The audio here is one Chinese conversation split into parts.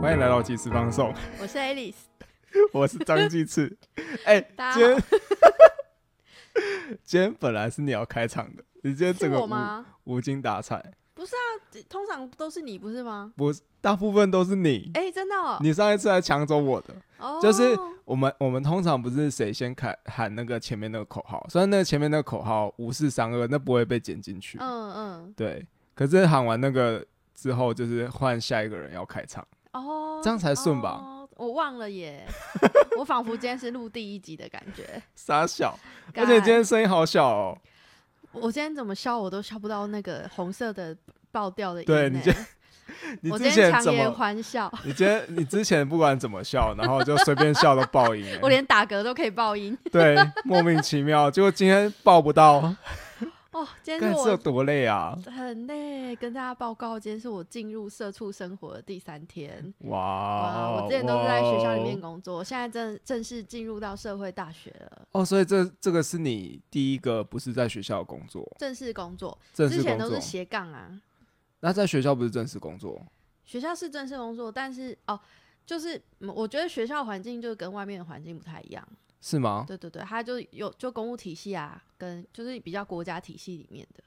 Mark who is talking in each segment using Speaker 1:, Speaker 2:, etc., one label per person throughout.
Speaker 1: 欢迎来到即时放 送，
Speaker 2: 我是 Alice，
Speaker 1: 我是张继 次。哎、
Speaker 2: 大
Speaker 1: 今
Speaker 2: 家好
Speaker 1: 天 今天本来是你要开场的，你今天
Speaker 2: 是
Speaker 1: 整个
Speaker 2: 我
Speaker 1: 无
Speaker 2: 吗？
Speaker 1: 无精打采，
Speaker 2: 不是啊，通常都是你不是吗？
Speaker 1: 不是，大部分都是你。
Speaker 2: 哎、真的哦，
Speaker 1: 你上一次还抢走我的。
Speaker 2: 哦
Speaker 1: 就是我们我们通常不是谁先喊喊那个前面那个口号，虽然那个前面那个口号五四三二，那不会被剪进去。
Speaker 2: 嗯嗯，
Speaker 1: 对，可是喊完那个之后，就是换下一个人要开场。
Speaker 2: 哦，
Speaker 1: 这样才顺吧
Speaker 2: 哦我忘 了耶，我仿佛今天是录第一集的感觉。
Speaker 1: 傻小， 而且今天声音好小哦。
Speaker 2: 干我今天怎么笑我都笑不到那个红色的爆掉的音
Speaker 1: 对
Speaker 2: 欸
Speaker 1: 你今你
Speaker 2: 我
Speaker 1: 之
Speaker 2: 今
Speaker 1: 前
Speaker 2: 天强
Speaker 1: 怎
Speaker 2: 颜
Speaker 1: 么？
Speaker 2: 欢笑，
Speaker 1: 你今天你之前不管怎么笑，然后就随便笑到爆音了，
Speaker 2: 我连打嗝都可以爆音。
Speaker 1: 对，莫名其妙，结果今天爆不到，
Speaker 2: 哦，今天
Speaker 1: 干
Speaker 2: 是
Speaker 1: 这有
Speaker 2: 我
Speaker 1: 多累啊！
Speaker 2: 很累，跟大家报告，今天是我进入社畜生活的第三天。哇，
Speaker 1: 哇，哦
Speaker 2: 我之前都是在学校里面
Speaker 1: 哇哦
Speaker 2: 工作，现在正正式进入到社会大学了，
Speaker 1: 哦，所以这这个是你第一个不是在学校的工作，
Speaker 2: 正式工作。
Speaker 1: 正式
Speaker 2: 之
Speaker 1: 工
Speaker 2: 前都
Speaker 1: 作
Speaker 2: 是。斜杠啊，
Speaker 1: 那在学校不是正式工作？
Speaker 2: 学校是正式工作，但是哦，就是嗯我觉得学校环境就跟外面的环境不太一样。
Speaker 1: 是吗？
Speaker 2: 对对对，它就有就公务体系啊，跟就是比较国家体系里面的。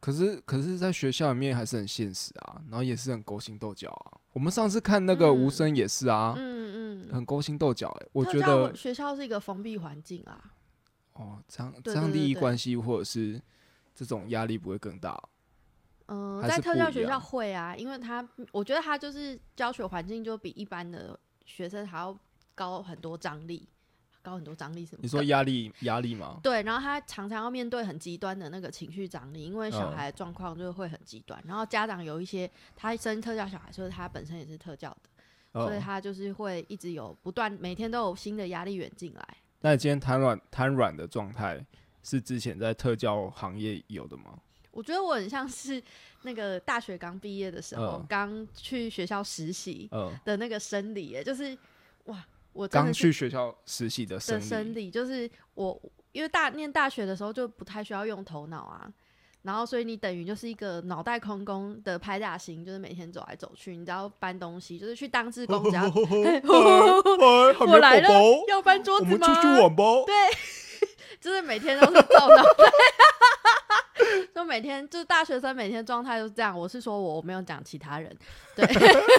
Speaker 1: 可是可是，在学校里面还是很现实啊，然后也是很勾心斗角啊。我们上次看那个
Speaker 2: 嗯
Speaker 1: 无声也是啊，
Speaker 2: 嗯嗯，
Speaker 1: 很勾心斗角、欸。我
Speaker 2: 特
Speaker 1: 觉
Speaker 2: 教
Speaker 1: 得
Speaker 2: 会学校是一个封闭环境啊。
Speaker 1: 哦，这样这
Speaker 2: 对
Speaker 1: 样
Speaker 2: 对对
Speaker 1: 利益
Speaker 2: 对
Speaker 1: 关系或者是这种压力不会更大？哦
Speaker 2: 嗯、
Speaker 1: 还
Speaker 2: 在
Speaker 1: 是
Speaker 2: 特
Speaker 1: 不
Speaker 2: 教
Speaker 1: 一
Speaker 2: 学校
Speaker 1: 样
Speaker 2: 会啊，因为它我觉得它就是教学环境就比一般的学生还要高很多张力，高很多张力什么？
Speaker 1: 你说压力压力吗？
Speaker 2: 对，然后他常常要面对很极端的那个情绪张力，因为小
Speaker 1: 嗯
Speaker 2: 孩的状况就会很极端。然后家长有一些他生特教小孩，所以他本身也是特教的，所以
Speaker 1: 嗯，
Speaker 2: 他就是会一直有不断每天都有新的压力源进来。
Speaker 1: 那你今天瘫软瘫软的状态是之前在特教行业有的吗？
Speaker 2: 我觉得我很像是那个大学刚毕业的时候
Speaker 1: 嗯，
Speaker 2: 刚、去学校实习
Speaker 1: 嗯，
Speaker 2: 的那个生理耶，就是哇，我真
Speaker 1: 刚
Speaker 2: 的是
Speaker 1: 去学校实习的生
Speaker 2: 的
Speaker 1: 理，
Speaker 2: 生理，就是我因为大念大学的时候就不太需要用头脑啊，然后所以你等于就是一个脑袋空空的拍打型，就是每天走来走去，你只要搬东西，就是去当志工，只要
Speaker 1: 嗨，海
Speaker 2: 我
Speaker 1: 绵
Speaker 2: 来
Speaker 1: 宝
Speaker 2: 了
Speaker 1: 宝，
Speaker 2: 要搬桌
Speaker 1: 我
Speaker 2: 子
Speaker 1: 们
Speaker 2: 吗？
Speaker 1: 出去玩吧。
Speaker 2: 就是每天都是照脑袋。 就每天就是大学生每天状态就是这样，我是说我我没有讲其他人，对，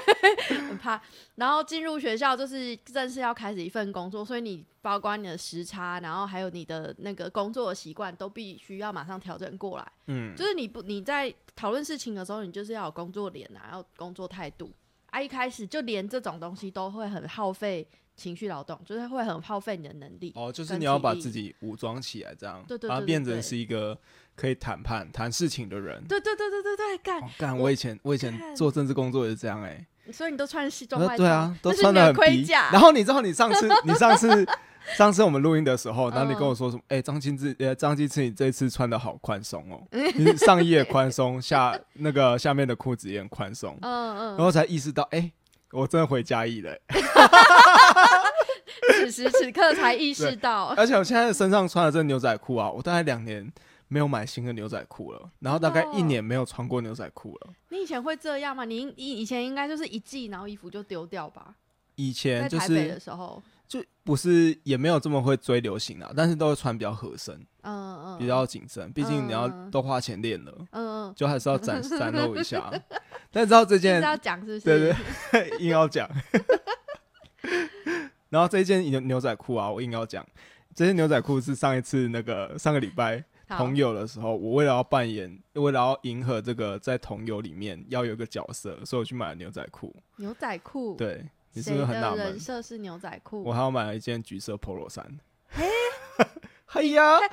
Speaker 2: 很怕。然后进入学校就是正式要开始一份工作，所以你包括你的时差，然后还有你的那个工作的习惯都必须要马上调整过来。
Speaker 1: 嗯，
Speaker 2: 就是你不你在讨论事情的时候，你就是要有工作脸啊，要有工作态度啊。一开始就连这种东西都会很耗费情绪劳动，就是会很耗费你的能力。
Speaker 1: 哦，就是
Speaker 2: 跟
Speaker 1: 你要
Speaker 2: 体
Speaker 1: 把
Speaker 2: 力
Speaker 1: 自己武装起来，这样，
Speaker 2: 对对
Speaker 1: 然后
Speaker 2: 对对
Speaker 1: 变
Speaker 2: 对
Speaker 1: 成是一个可以谈判、谈事情的人。
Speaker 2: 对对对对对对，干
Speaker 1: 哦，干，我以前我以前
Speaker 2: 干
Speaker 1: 做政治工作也是这样哎，
Speaker 2: 所以你都穿西
Speaker 1: 我
Speaker 2: 装
Speaker 1: 说
Speaker 2: 外套，
Speaker 1: 对啊，都
Speaker 2: 但是
Speaker 1: 穿
Speaker 2: 你
Speaker 1: 的
Speaker 2: 的
Speaker 1: 很
Speaker 2: 盔
Speaker 1: 逼
Speaker 2: 甲
Speaker 1: 然后你知道你上 次你上次上次我们录音的时候，然后你
Speaker 2: 嗯
Speaker 1: 跟我说什么？哎，张金志，呃，张金志，你这次穿的好宽松 哦，你是上衣也宽松，下那个下面的裤子也很宽松，
Speaker 2: 嗯
Speaker 1: 然
Speaker 2: 嗯，
Speaker 1: 后才意识到，哎，我真的回嘉义了欸。
Speaker 2: 此时此刻才意识到，哦
Speaker 1: 而且我现在身上穿的这牛仔裤啊，我大概两年没有买新的牛仔裤了，然后大概
Speaker 2: 真的哦
Speaker 1: 一年没有穿过牛仔裤了。
Speaker 2: 你以前会这样吗？你你以前应该就是一季，然后衣服就丢掉吧？
Speaker 1: 以前
Speaker 2: 在
Speaker 1: 就
Speaker 2: 台北的
Speaker 1: 是
Speaker 2: 时候，
Speaker 1: 就不是也没有这么会追流行啊，但是都会穿比较合身，
Speaker 2: 嗯嗯，
Speaker 1: 比较紧身，毕竟你要
Speaker 2: 嗯
Speaker 1: 都花钱练了，
Speaker 2: 嗯嗯，
Speaker 1: 就还是要 展展露一下。但知道这
Speaker 2: 一直
Speaker 1: 件
Speaker 2: 要讲是不是？
Speaker 1: 对对 硬要讲， 然后这一件牛牛仔裤啊，我硬要讲，这件牛仔裤是上一次那个上个礼拜
Speaker 2: 好
Speaker 1: 同游的时候，我为了要扮演，为了要迎合这个在同游里面要有一个角色，所以我去买了牛仔裤。
Speaker 2: 牛仔裤，，
Speaker 1: 对，你是
Speaker 2: 谁
Speaker 1: 不是
Speaker 2: 的
Speaker 1: 很纳闷
Speaker 2: 人？设是牛仔裤？
Speaker 1: 我还要买了一件橘色 polo 衫。 嘿呀，
Speaker 2: 干，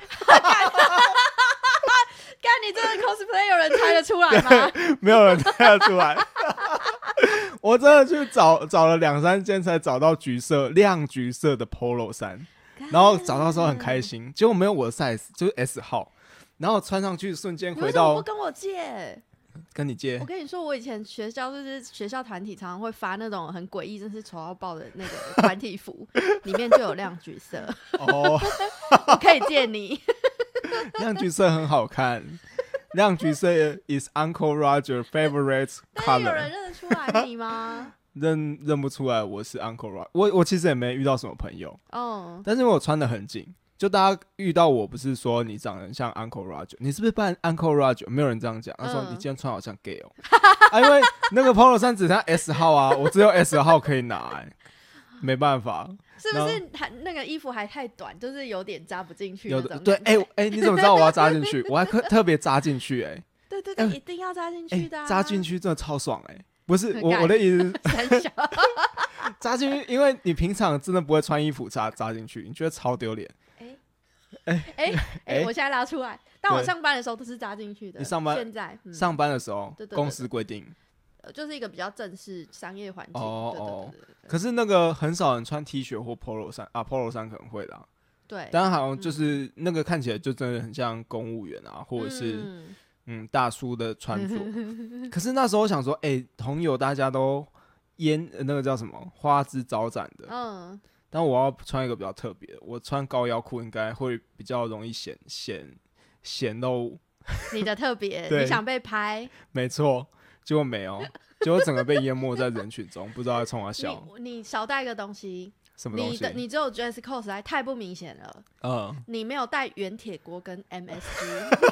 Speaker 2: 你这个 cosplay 有人猜得出来吗？
Speaker 1: 没有人猜得出来。 我真的去找找了两三间才找到橘色亮橘色的 polo 衫，然后找到的时候很开心，结果没有我的 size，就是 S 号，然后穿上去瞬间
Speaker 2: 干。你
Speaker 1: 回
Speaker 2: 为什么不
Speaker 1: 到
Speaker 2: 跟 我借？
Speaker 1: 跟你借
Speaker 2: 我，跟你说，我以前学校就是学校团体常常会发那种很诡异，真是丑到爆的那个团体服，里面就有亮橘色。
Speaker 1: 哦，
Speaker 2: 我 可以借你。
Speaker 1: 亮橘色很好看，亮橘色 is Uncle Roger favorite
Speaker 2: 但是
Speaker 1: color
Speaker 2: 有 人。认得出来你吗？
Speaker 1: 认认不出来我是 Uncle Rock。我我其实也没遇到什么朋友，
Speaker 2: 哦，
Speaker 1: 但是因为我穿的很紧，就大家遇到我不是说你长得很像 Uncle Roger，你是不是扮 Uncle Roger？没有人这样讲，他说
Speaker 2: 嗯
Speaker 1: 你今天穿好像 gay 哦、啊，因为那个 polo 衫只剩下 S 号啊，我只有 S 号可以拿、欸，没办法，
Speaker 2: 是
Speaker 1: 然后
Speaker 2: 不是还那个衣服还太短，就是有点扎不进去
Speaker 1: 有
Speaker 2: 那
Speaker 1: 的
Speaker 2: 种
Speaker 1: 对，
Speaker 2: 感
Speaker 1: 哎、
Speaker 2: 觉？
Speaker 1: 我哎、你怎么知道我要扎进去？我还特特别扎进去、欸，
Speaker 2: 对对
Speaker 1: 哎
Speaker 2: 对，一定要扎进
Speaker 1: 哎、
Speaker 2: 去的啊，
Speaker 1: 扎进去真的超爽、欸，哎。不是
Speaker 2: 很
Speaker 1: 我
Speaker 2: 尬
Speaker 1: 我的意思是，
Speaker 2: 三小，
Speaker 1: 扎进去，因为你平常真的不会穿衣服扎扎进去，你觉得超丢脸。
Speaker 2: 哎 哎哎，
Speaker 1: 哎
Speaker 2: 我现在拉出来，但我
Speaker 1: 对
Speaker 2: 上班的时候都是扎进去的。
Speaker 1: 你上班
Speaker 2: 现在嗯
Speaker 1: 上班的时候
Speaker 2: 对对，对
Speaker 1: 公司规定，
Speaker 2: 呃就是一个比较正式商业环境。
Speaker 1: 哦
Speaker 2: 对
Speaker 1: 哦
Speaker 2: 对对对对
Speaker 1: 可是那个很少人穿 T 恤或 polo 衫啊，polo 衫可能会啦，
Speaker 2: 对，
Speaker 1: 但好像就是那个看起来就真的很像公务员啊，或者是
Speaker 2: 嗯
Speaker 1: 嗯大叔的穿着。 可是那时候我想说，哎、朋友大家都烟呃那个叫什么花枝招展的，
Speaker 2: 嗯，
Speaker 1: 但我要穿一个比较特别的，我穿高腰裤应该会比较容易显显显露，
Speaker 2: 你的特 别，
Speaker 1: 对
Speaker 2: 你想被拍，
Speaker 1: 没错，结果没有，结果整个被淹没在人群中，不知道在冲我笑
Speaker 2: 你你少带一个东西，
Speaker 1: 什么东
Speaker 2: 你
Speaker 1: 西
Speaker 2: 的，你只有 dress code 实在太不明显了，
Speaker 1: 嗯。
Speaker 2: 你没有带原铁锅跟 MSG，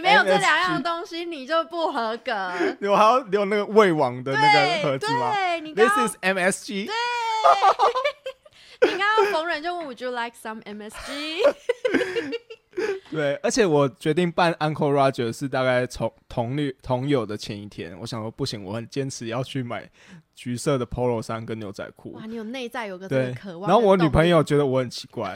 Speaker 2: 没有这两样东西，你就不合格。
Speaker 1: 我还要留那个魏王的那
Speaker 2: 对
Speaker 1: 个盒子吗
Speaker 2: 对，你刚
Speaker 1: ？This
Speaker 2: 刚
Speaker 1: is MSG，
Speaker 2: 你刚刚逢人就问 Would you like some MSG？
Speaker 1: 对，而且我决定办 Uncle Roger 是大概从同旅同友的前一天，我想说不行，我很坚持要去买橘色的 polo 衫跟牛仔裤
Speaker 2: 哇，，你有内在有个这
Speaker 1: 对
Speaker 2: 个渴，望。
Speaker 1: 然后我女朋，友觉得我很奇 怪，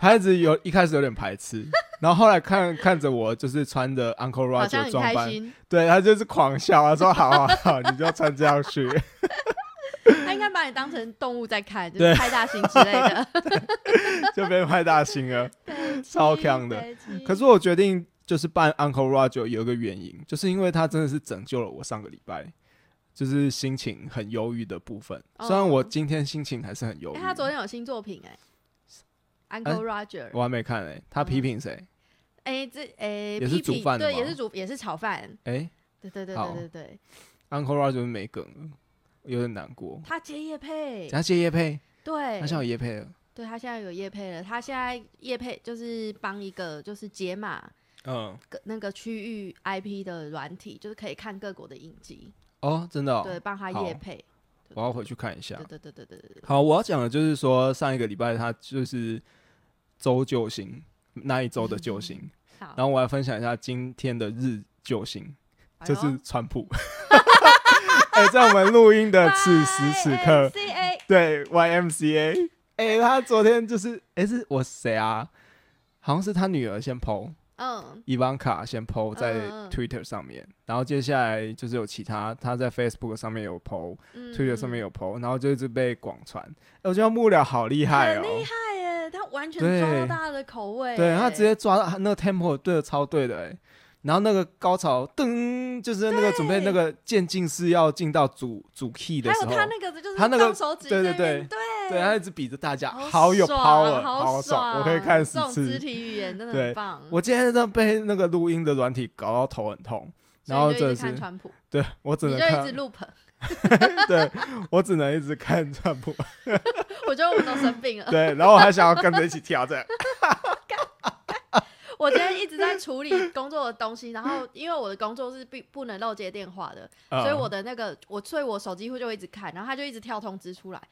Speaker 1: 她一直有一开始有点排斥，然后后来看看着我就是穿着 Uncle
Speaker 2: 好像
Speaker 1: Roger
Speaker 2: 很
Speaker 1: 装
Speaker 2: 开
Speaker 1: 扮，
Speaker 2: 心，
Speaker 1: 对她就是狂笑，她说好好 好，你就要穿这样去，
Speaker 2: 她应该把你当成动物在看，就
Speaker 1: 对
Speaker 2: 是派大星之类的。
Speaker 1: 就别拍大星了。 超强的
Speaker 2: 北极。
Speaker 1: 可是我决定就是办 Uncle Roger 有一个原因，就是因为他真的是拯救了我上个礼拜，就是心情很忧郁的部分。
Speaker 2: 哦
Speaker 1: 虽然我今天心情还是很忧郁，
Speaker 2: 哎，他昨天有新作品哎，Uncle Roger，
Speaker 1: 我还没看
Speaker 2: 嗯
Speaker 1: 哎、他批评谁？
Speaker 2: 哎，这哎
Speaker 1: 也是
Speaker 2: 屁
Speaker 1: 煮
Speaker 2: 屁
Speaker 1: 饭的
Speaker 2: 对，
Speaker 1: 吗
Speaker 2: 也是煮，也是炒饭，
Speaker 1: 哎、
Speaker 2: 对对对
Speaker 1: 好
Speaker 2: 对对对，
Speaker 1: u n c l e Roger 没梗了，有点难过。
Speaker 2: 他接叶配，
Speaker 1: 他谢叶佩，
Speaker 2: 对
Speaker 1: 他，像叶佩了，
Speaker 2: 对他现在有叶配了，他现在叶配就是帮一个就是解码
Speaker 1: 嗯，
Speaker 2: 各那个区域 IP 的软体，就是可以看各国的影集，
Speaker 1: 哦，真的、哦，
Speaker 2: 对，帮他
Speaker 1: 好
Speaker 2: 叶配，
Speaker 1: 我要回去看一下
Speaker 2: 对。对对对对对对，
Speaker 1: 好，我要讲的就是说，上一个礼拜他就是周救星那一周的救星，
Speaker 2: 嗯好，
Speaker 1: 然后我来分享一下今天的日救星，就
Speaker 2: 哎呦
Speaker 1: 是川普。 哎、在我们录音的此时此刻，
Speaker 2: YMCA
Speaker 1: 对 YMCA，哎、他昨天就是，哎、是我谁啊？好像是他女儿先 PO，
Speaker 2: 嗯，
Speaker 1: 伊万卡先 PO 在
Speaker 2: 嗯嗯嗯
Speaker 1: Twitter 上面，然后接下来就是有其他，他在 Facebook 上面有 PO，Twitter、
Speaker 2: 嗯
Speaker 1: Twitter 上面有 PO，然后就一直被广传。哎我觉得幕僚好厉害哦、
Speaker 2: 嗯很厉害耶，他完全
Speaker 1: 对
Speaker 2: 抓到大家的口味耶，
Speaker 1: 对他
Speaker 2: 哎
Speaker 1: 直接抓到啊那个 tempo 对的超对的哎、然后那个高潮噔，就是那个准备那个渐进式要进到主主 key 的
Speaker 2: 还
Speaker 1: 时
Speaker 2: 有
Speaker 1: 候，
Speaker 2: 他那个就是
Speaker 1: 他那个
Speaker 2: 动手指
Speaker 1: 对对
Speaker 2: 这
Speaker 1: 对
Speaker 2: 边对
Speaker 1: 对他一直比着大家，
Speaker 2: 好
Speaker 1: 好有
Speaker 2: 爽
Speaker 1: power，
Speaker 2: 好
Speaker 1: 爽，我可以看十
Speaker 2: 这种肢
Speaker 1: 次。
Speaker 2: 体语言真的
Speaker 1: 对
Speaker 2: 很棒。
Speaker 1: 我今天真的被那个录音的软体搞到头很痛，
Speaker 2: 所以
Speaker 1: 然后
Speaker 2: 你就
Speaker 1: 真的
Speaker 2: 一直看
Speaker 1: 是
Speaker 2: 川普，
Speaker 1: 对我只
Speaker 2: 你就
Speaker 1: 能
Speaker 2: 一
Speaker 1: 看，
Speaker 2: 直 loop。
Speaker 1: 对我只能一直看川 普，
Speaker 2: 我觉得我们都生病了。
Speaker 1: 对，然后我还想要跟着一起跳这样，
Speaker 2: 我今天一直在处理工作的东西，然后因为我的工作是不不能漏接电话的， 所以我
Speaker 1: 嗯
Speaker 2: 的那个我所以我手机会就一直看，然后他就一直跳通知出来，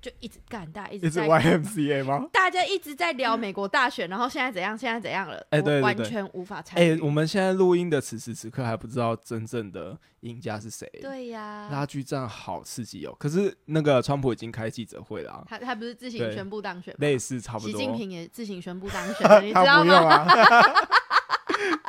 Speaker 2: 就一直干，大家一
Speaker 1: 一
Speaker 2: 直
Speaker 1: 直
Speaker 2: 在。
Speaker 1: YMCA 吗？
Speaker 2: 大家一直在聊美国大选，然后现在怎样，现在怎样了，
Speaker 1: 哎对对
Speaker 2: 我完
Speaker 1: 对
Speaker 2: 全无法参
Speaker 1: 哎、
Speaker 2: 与。
Speaker 1: 我们现在录音的此时此刻还不知道真正的赢家是谁。
Speaker 2: 对呀、
Speaker 1: 拉锯战好刺激哦！可是那个川普已经开记者会了、啊，
Speaker 2: 他他不是自行
Speaker 1: 对
Speaker 2: 宣布当选吗？
Speaker 1: 类似差不
Speaker 2: 啊习
Speaker 1: 多。
Speaker 2: 近平也自行宣布当 选了，你知
Speaker 1: 他
Speaker 2: 道
Speaker 1: 不
Speaker 2: 吗？
Speaker 1: 用啊，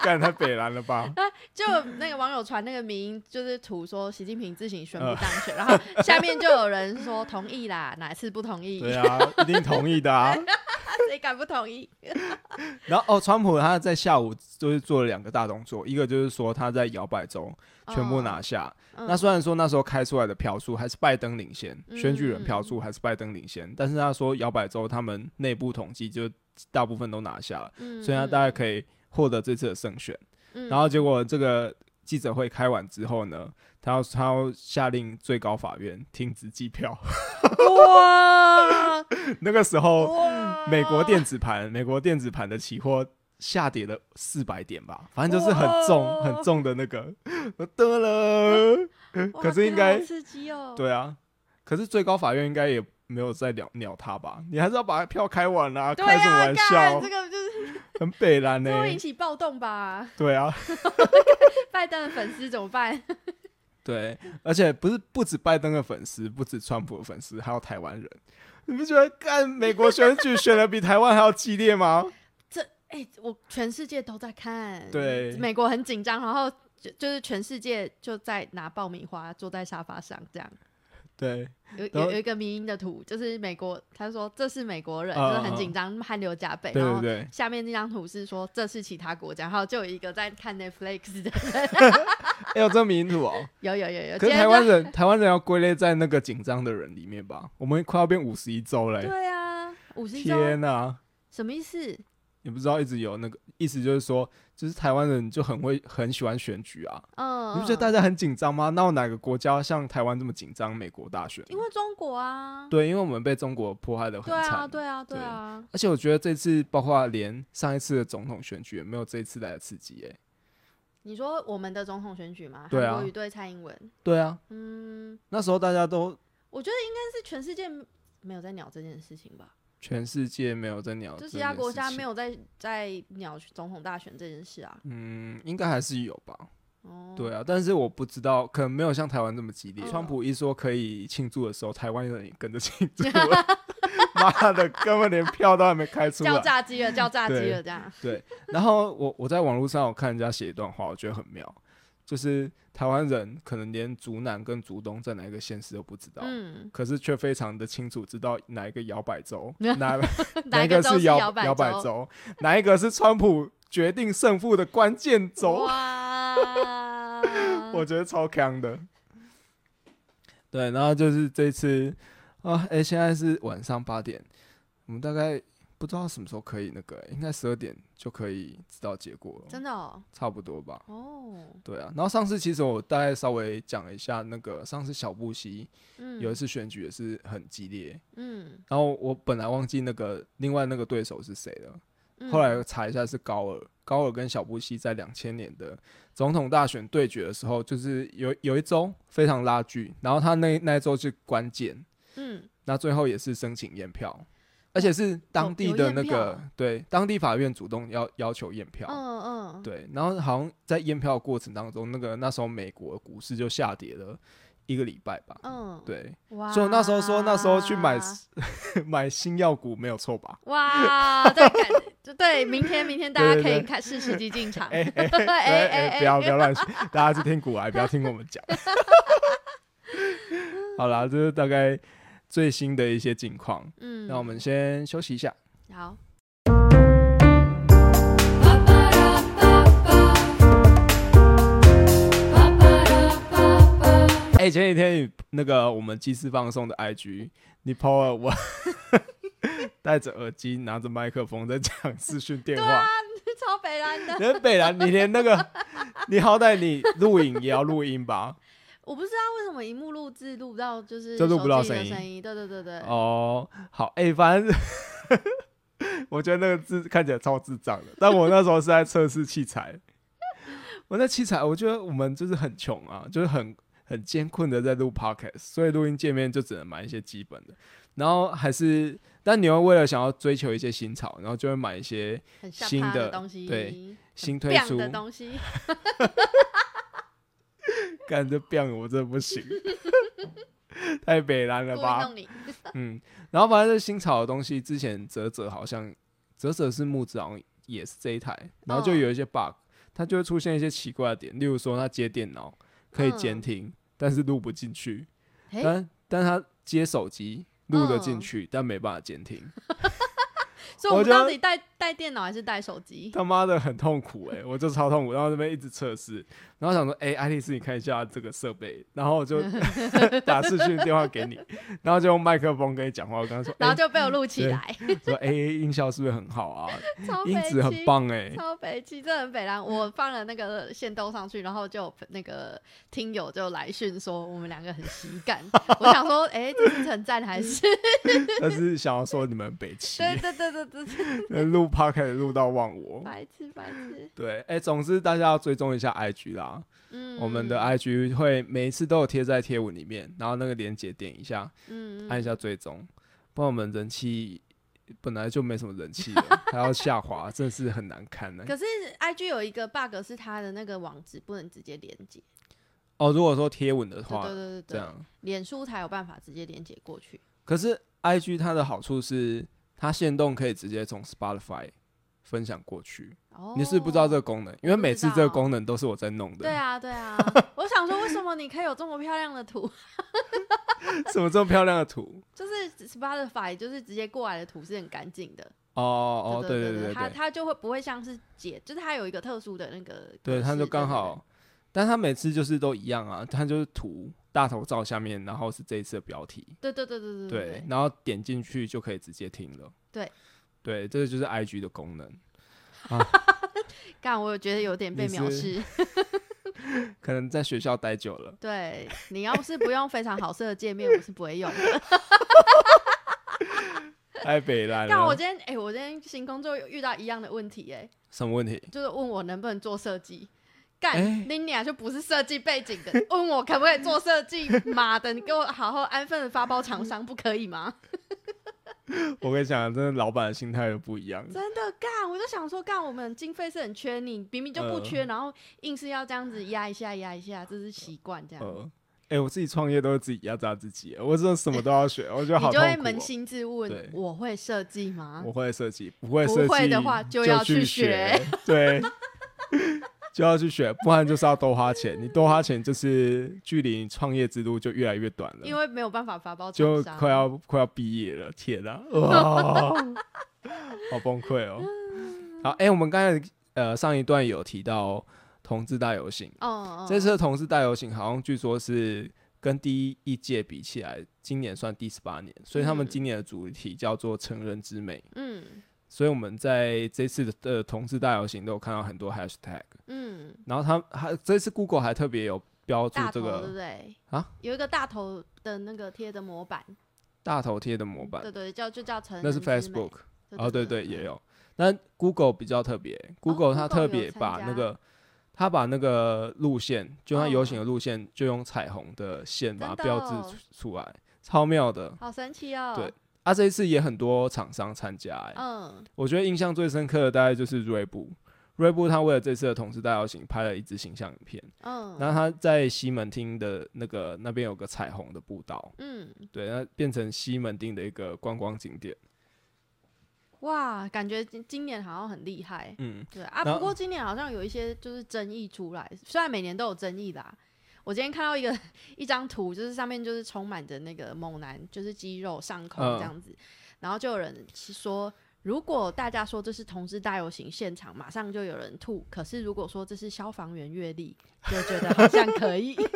Speaker 1: 干太北蓝了吧？
Speaker 2: 就那个网友传那个名，就是图说习近平自行
Speaker 1: 嗯
Speaker 2: 宣布当选，然后下面就有人说同意啦，哪次不同意？
Speaker 1: 对啊，一定同意的啊。
Speaker 2: 谁敢不同意？
Speaker 1: 然后哦，川普他在下午就是做了两个大动作，一个就是说他在摇摆州全部拿下。
Speaker 2: 哦嗯。
Speaker 1: 那虽然说那时候开出来的票数还是拜登领先，
Speaker 2: 嗯
Speaker 1: 选举人票数还是拜登领先，但是他说摇摆州他们内部统计就大部分都拿下了，
Speaker 2: 嗯
Speaker 1: 所以他啊大概可以获得这次的胜选。
Speaker 2: 嗯
Speaker 1: 然后结果这个记者会开完之后呢，他要他要下令最高法院停止计票。
Speaker 2: 哇
Speaker 1: 那个时候，
Speaker 2: 哇，
Speaker 1: 嗯美国电子盘，美国电子盘的期货下跌了四百点吧，反正就是很重
Speaker 2: 哇
Speaker 1: 很重的那个。 我得了，
Speaker 2: 哇
Speaker 1: 可是应
Speaker 2: 天啊
Speaker 1: 该
Speaker 2: 好刺激哦，
Speaker 1: 对啊，可是最高法院应该也没有再鸟鸟他吧？你还是要把票开完啊，
Speaker 2: 对
Speaker 1: 开什么
Speaker 2: 啊，
Speaker 1: 玩
Speaker 2: 干这
Speaker 1: 笑？
Speaker 2: 个就是
Speaker 1: 很北蓝呢
Speaker 2: 这。会引起暴动吧？
Speaker 1: 对啊，
Speaker 2: 拜登的粉丝怎么办？
Speaker 1: 对，而且不是不止拜登的粉丝，不止川普的粉丝，还有台湾人。你不觉得干美国选举选的比台湾还要激烈吗？
Speaker 2: 哎、我全世界都在看，
Speaker 1: 对
Speaker 2: 美国很紧张，然后就就是全世界就在拿爆米花坐在沙发上这样。
Speaker 1: 对，
Speaker 2: 有
Speaker 1: 然
Speaker 2: 有
Speaker 1: 后
Speaker 2: 有一个迷因的图，就是美国，他说这是美国人，
Speaker 1: 啊
Speaker 2: 就是很紧张，汗流浃背。
Speaker 1: 对
Speaker 2: 然
Speaker 1: 对
Speaker 2: 后
Speaker 1: 对，
Speaker 2: 下面那张图是说这是其他国家，然后就有一个在看 Netflix 的，
Speaker 1: 哎呦，这民主哦。
Speaker 2: 有有有有。
Speaker 1: 可
Speaker 2: 今
Speaker 1: 是
Speaker 2: 天
Speaker 1: 台
Speaker 2: 就
Speaker 1: 湾人，台湾人要归类在那个紧张的人里面吧？我们快要变五十一周嘞！
Speaker 2: 对啊，五十周
Speaker 1: 天哪、
Speaker 2: 什么意思？
Speaker 1: 也不知道一直有那个意思，就是说，就是台湾人就很会很喜欢选举啊。
Speaker 2: 嗯，
Speaker 1: 你不觉得大家很紧张吗？那有哪个国家像台湾这么紧张？美国大选？
Speaker 2: 嗯因为中国啊，
Speaker 1: 对，因为我们被中国迫害的很
Speaker 2: 对
Speaker 1: 惨。
Speaker 2: 啊，对啊，对
Speaker 1: 对
Speaker 2: 啊，
Speaker 1: 而且我觉得这次，包括连上一次的总统选举，也没有这一次来的刺激耶、
Speaker 2: 你说我们的总统选举嘛，
Speaker 1: 对啊
Speaker 2: 韩国瑜对蔡英文，
Speaker 1: 对啊，
Speaker 2: 嗯，
Speaker 1: 那时候大家都
Speaker 2: 我觉得应该是全世界没有在鸟这件事情吧，
Speaker 1: 全世界没有在鸟，
Speaker 2: 就其他国家没
Speaker 1: 有。
Speaker 2: 有在在鸟总统大选这件事啊。
Speaker 1: 嗯，应该还是有吧。
Speaker 2: 哦，
Speaker 1: 对啊，但是我不知道，可能没有像台湾这么激烈。
Speaker 2: 嗯
Speaker 1: 川普一说可以庆祝的时候，台湾人也跟着庆 祝了 妈的，根本连票都还没开出
Speaker 2: 叫
Speaker 1: 来。
Speaker 2: 炸鸡了，叫炸鸡
Speaker 1: 对
Speaker 2: 了，这 样。
Speaker 1: 对，然后我我在网络上有看人家写一段话，我觉得很妙，就是台湾人可能连竹南跟竹东在哪一个县市都不知道。
Speaker 2: 嗯，
Speaker 1: 可是却非常的清楚知道哪一个摇摆州，哪
Speaker 2: 哪
Speaker 1: 一
Speaker 2: 一
Speaker 1: 个
Speaker 2: 个州是
Speaker 1: 摇
Speaker 2: 摇摆
Speaker 1: 摇摆
Speaker 2: 州
Speaker 1: 州，哪一个是川普决定胜负的关键州。，
Speaker 2: 哇
Speaker 1: 我觉得超强的。对，然后就是这次啊，哎、现在是晚上八点，我们大概不知道什么时候可以那个、应该十二点就可以知道结果了，
Speaker 2: 真的哦，
Speaker 1: 差不多吧？
Speaker 2: 哦，
Speaker 1: 对啊，然后上次其实我大概稍微讲了一下那个上次小布希
Speaker 2: 嗯，
Speaker 1: 有一次选举也是很激烈，
Speaker 2: 嗯，
Speaker 1: 然后我本来忘记那个另外那个对手是谁了，
Speaker 2: 嗯，
Speaker 1: 后来查一下是高尔，高尔跟小布希在两千年的总统大选对决的时候，就是有有一周非常拉锯，然后他那那一周是关键，
Speaker 2: 嗯，
Speaker 1: 那最后也是申请验票，而且是当地
Speaker 2: 哦有
Speaker 1: 的
Speaker 2: 验
Speaker 1: 那
Speaker 2: 票
Speaker 1: 个、
Speaker 2: 啊
Speaker 1: 对当地法院主动要要求验票，
Speaker 2: 嗯嗯，
Speaker 1: 对，然后好像在验票的过程当中，那个那时候美国股市就下跌了一个礼拜吧，
Speaker 2: 嗯，
Speaker 1: 对，
Speaker 2: 哇，
Speaker 1: 所以我那时候说那时候去买 买新药股没有错吧？
Speaker 2: 哇，对，感就对，明天明天大家
Speaker 1: 对
Speaker 2: 可
Speaker 1: 对
Speaker 2: 以
Speaker 1: 对
Speaker 2: 看试时机进场，
Speaker 1: 哎
Speaker 2: 哎
Speaker 1: 哎
Speaker 2: 哎
Speaker 1: 哎，不要不要乱学， 大家去听古来，不要听我们 讲。好啦，这是大概最新的一些近况。
Speaker 2: 嗯，
Speaker 1: 那我们先休息一下。
Speaker 2: 好，
Speaker 1: 哎、前几天你那个我们祭祀放送的 IG，你 PO 了我 戴着耳机，拿着麦克风在讲视讯电
Speaker 2: 啊
Speaker 1: 话。
Speaker 2: 超北蓝的，
Speaker 1: 连北兰，你连那个， 你好歹你录影也要录音吧？
Speaker 2: 我不知道为什么荧幕录制录不到，就是
Speaker 1: 就录不到
Speaker 2: 手
Speaker 1: 声
Speaker 2: 机的
Speaker 1: 音
Speaker 2: 声音，对对对对，
Speaker 1: 哦，好，哎、反正 我觉得那个字看起来超智障的，但我那时候是在测试器材，我那器材，我觉得我们就是很穷啊，就是很很艰困的在录 podcast，所以录音界面就只能买一些基本的，然后还是，但你又为了想要追求一些新潮，然后就会买一些
Speaker 2: 很下
Speaker 1: 新
Speaker 2: 趴
Speaker 1: 的
Speaker 2: 东西，
Speaker 1: 对
Speaker 2: 很
Speaker 1: 新推
Speaker 2: biang
Speaker 1: 出，
Speaker 2: 的东西，
Speaker 1: 干这变我真的不行， 太北蓝
Speaker 2: 故
Speaker 1: 了
Speaker 2: 意
Speaker 1: 吧？
Speaker 2: 弄你，
Speaker 1: 嗯，然后反正这新潮的东西，之前泽泽好像泽泽是木子，好像也是这一台，然
Speaker 2: 嗯
Speaker 1: 后就有一些 bug，、它就会出现一些奇怪的点，例如说它接电脑可以监
Speaker 2: 嗯
Speaker 1: 听，但是录不进去，
Speaker 2: 诶
Speaker 1: 嗯但但它接手机录得进
Speaker 2: 嗯
Speaker 1: 去，但没办法监听，
Speaker 2: 所以我
Speaker 1: 我
Speaker 2: 们
Speaker 1: 觉得
Speaker 2: 到底带带电脑还是带手机？
Speaker 1: 他妈的很痛苦哎、我就超痛苦，然后这边一直测试，然后想说，哎、爱丽丝，你看一下这个设备，然后我 就打视讯电话给你，然后就用麦克风跟你讲话，我跟他说，
Speaker 2: 然后
Speaker 1: 哎、
Speaker 2: 就被我录起
Speaker 1: 对
Speaker 2: 来，
Speaker 1: 说，哎、音效是不是很好啊？
Speaker 2: 超
Speaker 1: 音
Speaker 2: 北
Speaker 1: 质很
Speaker 2: 七
Speaker 1: 棒哎、
Speaker 2: 超北气，真的很北蓝。我放了那个线动上去，然后就有那个听友就来讯说我们两个很喜感。我想说，哎、这是称赞还是？
Speaker 1: 但是想要说你们北齐
Speaker 2: 对对对对对 对，
Speaker 1: 录 p o d c a s t 录到忘我。
Speaker 2: 白痴白痴。
Speaker 1: 对，哎、总之大家要追踪一下 IG 啦，
Speaker 2: 嗯，
Speaker 1: 我们的 IG 会每一次都有贴在贴文里面，然后那个链接点一下，
Speaker 2: 嗯，嗯
Speaker 1: 按一下追踪，不然我们人气本来就没什么人气了，还要下滑，真的是很难看欸呢、
Speaker 2: 可是 IG 有一个 bug 是它的那个网址不能直接连接，
Speaker 1: 哦，如果说贴文的
Speaker 2: 对
Speaker 1: 话
Speaker 2: 对，对
Speaker 1: 这
Speaker 2: 对对，
Speaker 1: 样。
Speaker 2: 脸书才有办法直接连接过去。
Speaker 1: 可是 I G 它的好处是，它限动可以直接从 Spotify 分享过去。
Speaker 2: 哦，
Speaker 1: 你是不是不知道这个功能，因为每次
Speaker 2: 不知道
Speaker 1: 这个功能都是我在弄的。
Speaker 2: 对，啊对啊，我想说为什么你可以有这么漂亮的图，
Speaker 1: 什么这么漂亮的图？
Speaker 2: 就是 Spotify 就是直接过来的图是很干净的。
Speaker 1: 哦哦，对
Speaker 2: 对
Speaker 1: 对对
Speaker 2: 它
Speaker 1: 对，
Speaker 2: 它就会不会像是解，就是它有一个特殊的那个，
Speaker 1: 对，它就刚，好，但它每次就是都一样啊，它就是图大头照下面，然后是这一次的标题，
Speaker 2: 对对对对对
Speaker 1: 对，，然后点进去就可以直接听了。
Speaker 2: 对，
Speaker 1: 对，这个就是 IG 的功能，
Speaker 2: 对干，我觉得有点被
Speaker 1: 你
Speaker 2: 藐
Speaker 1: 是
Speaker 2: 视。
Speaker 1: 可能在学校待久 了，
Speaker 2: 对你要是不用非常好色的界面，我是不会 用的。
Speaker 1: 太北烂
Speaker 2: 但我
Speaker 1: 了。
Speaker 2: 今天，哎、我今天新工作有遇到一样的问题、哎，
Speaker 1: 什么问题？
Speaker 2: 就是问我能不能做设计。干
Speaker 1: 哎，
Speaker 2: 你俩就不是设计背景的，问我可不可以做设计？ 妈的，你给我好好安分的发包厂商，不可以吗？
Speaker 1: 我跟你讲，真的老板的心态又不一样。
Speaker 2: 真的干，我就想说干，我们经费是很缺你，明明就不
Speaker 1: 嗯
Speaker 2: 缺，然后硬是要这样子压一下压一下，这是习惯这样，
Speaker 1: 呃，哎、我自己创业都是自己压榨自己，我真的什么都要学，我觉得好
Speaker 2: 你就
Speaker 1: 痛
Speaker 2: 会
Speaker 1: 苦、
Speaker 2: 扪
Speaker 1: 哦。
Speaker 2: 心自
Speaker 1: 对
Speaker 2: 问，我会设计吗？
Speaker 1: 我会设计，不会
Speaker 2: 啊不
Speaker 1: 设计，
Speaker 2: 会的话就
Speaker 1: 就
Speaker 2: 要
Speaker 1: 去
Speaker 2: 去学
Speaker 1: 对，就要去学，不然就是要多花钱。你多花钱，就是距离你创业之路就越来越短了。
Speaker 2: 因为没有办法发包
Speaker 1: 就
Speaker 2: 厂商，
Speaker 1: 快要快要毕业了，天 啊，哇好崩溃哦。好，哎、我们刚才呃上一段有提到同志大游行，
Speaker 2: 嗯，嗯
Speaker 1: 这次的同志大游行好像据说是跟第一届比起来，今年算第十八年，所以他们
Speaker 2: 嗯
Speaker 1: 今年的主题叫做成人之美。
Speaker 2: 嗯
Speaker 1: 所以我们在这次的的同志大游行都有看到很多 hashtag，
Speaker 2: 嗯，
Speaker 1: 然后他还这次 Google 还特别有标注
Speaker 2: 大
Speaker 1: 这
Speaker 2: 头对不
Speaker 1: 个
Speaker 2: 对？
Speaker 1: 啊，
Speaker 2: 有一个大头的那个贴的模板，
Speaker 1: 大头贴的模板
Speaker 2: 对，对，叫就叫成
Speaker 1: 那是
Speaker 2: 人之美
Speaker 1: Facebook。哦，对对，也
Speaker 2: 有
Speaker 1: 有。但 Google 比较特别，Google 它
Speaker 2: Google
Speaker 1: 特
Speaker 2: 有
Speaker 1: 别
Speaker 2: 参
Speaker 1: 把那
Speaker 2: 加
Speaker 1: 个，它把那个路线，就它游
Speaker 2: 哦
Speaker 1: 行的路线，就用彩虹的线把它
Speaker 2: 真的
Speaker 1: 标志
Speaker 2: 哦
Speaker 1: 出出来，超妙的。
Speaker 2: 好神奇哦。
Speaker 1: 对，啊，这一次也很多厂商参加、欸，
Speaker 2: 嗯，
Speaker 1: 我觉得印象最深刻的大概就是锐步，锐步他为了这次的同事大游行拍了一支形象影片，
Speaker 2: 嗯
Speaker 1: 然后他在西门町的那个那边有个彩虹的步道，
Speaker 2: 嗯，
Speaker 1: 对，那变成西门町的一个观光景点，
Speaker 2: 哇，感觉今今年好像很厉害。
Speaker 1: 嗯，
Speaker 2: 对啊，
Speaker 1: 然后
Speaker 2: 不过今年好像有一些就是争议出来，虽然每年都有争议啦。我今天看到一个一张图，就是上面就是充满着那个猛男，就是肌肉上口
Speaker 1: 嗯
Speaker 2: 这样子，然后就有人说，如果大家说这是同志大游行现场，马上就有人吐；可是如果说这是消防员阅历，就觉得好像可以。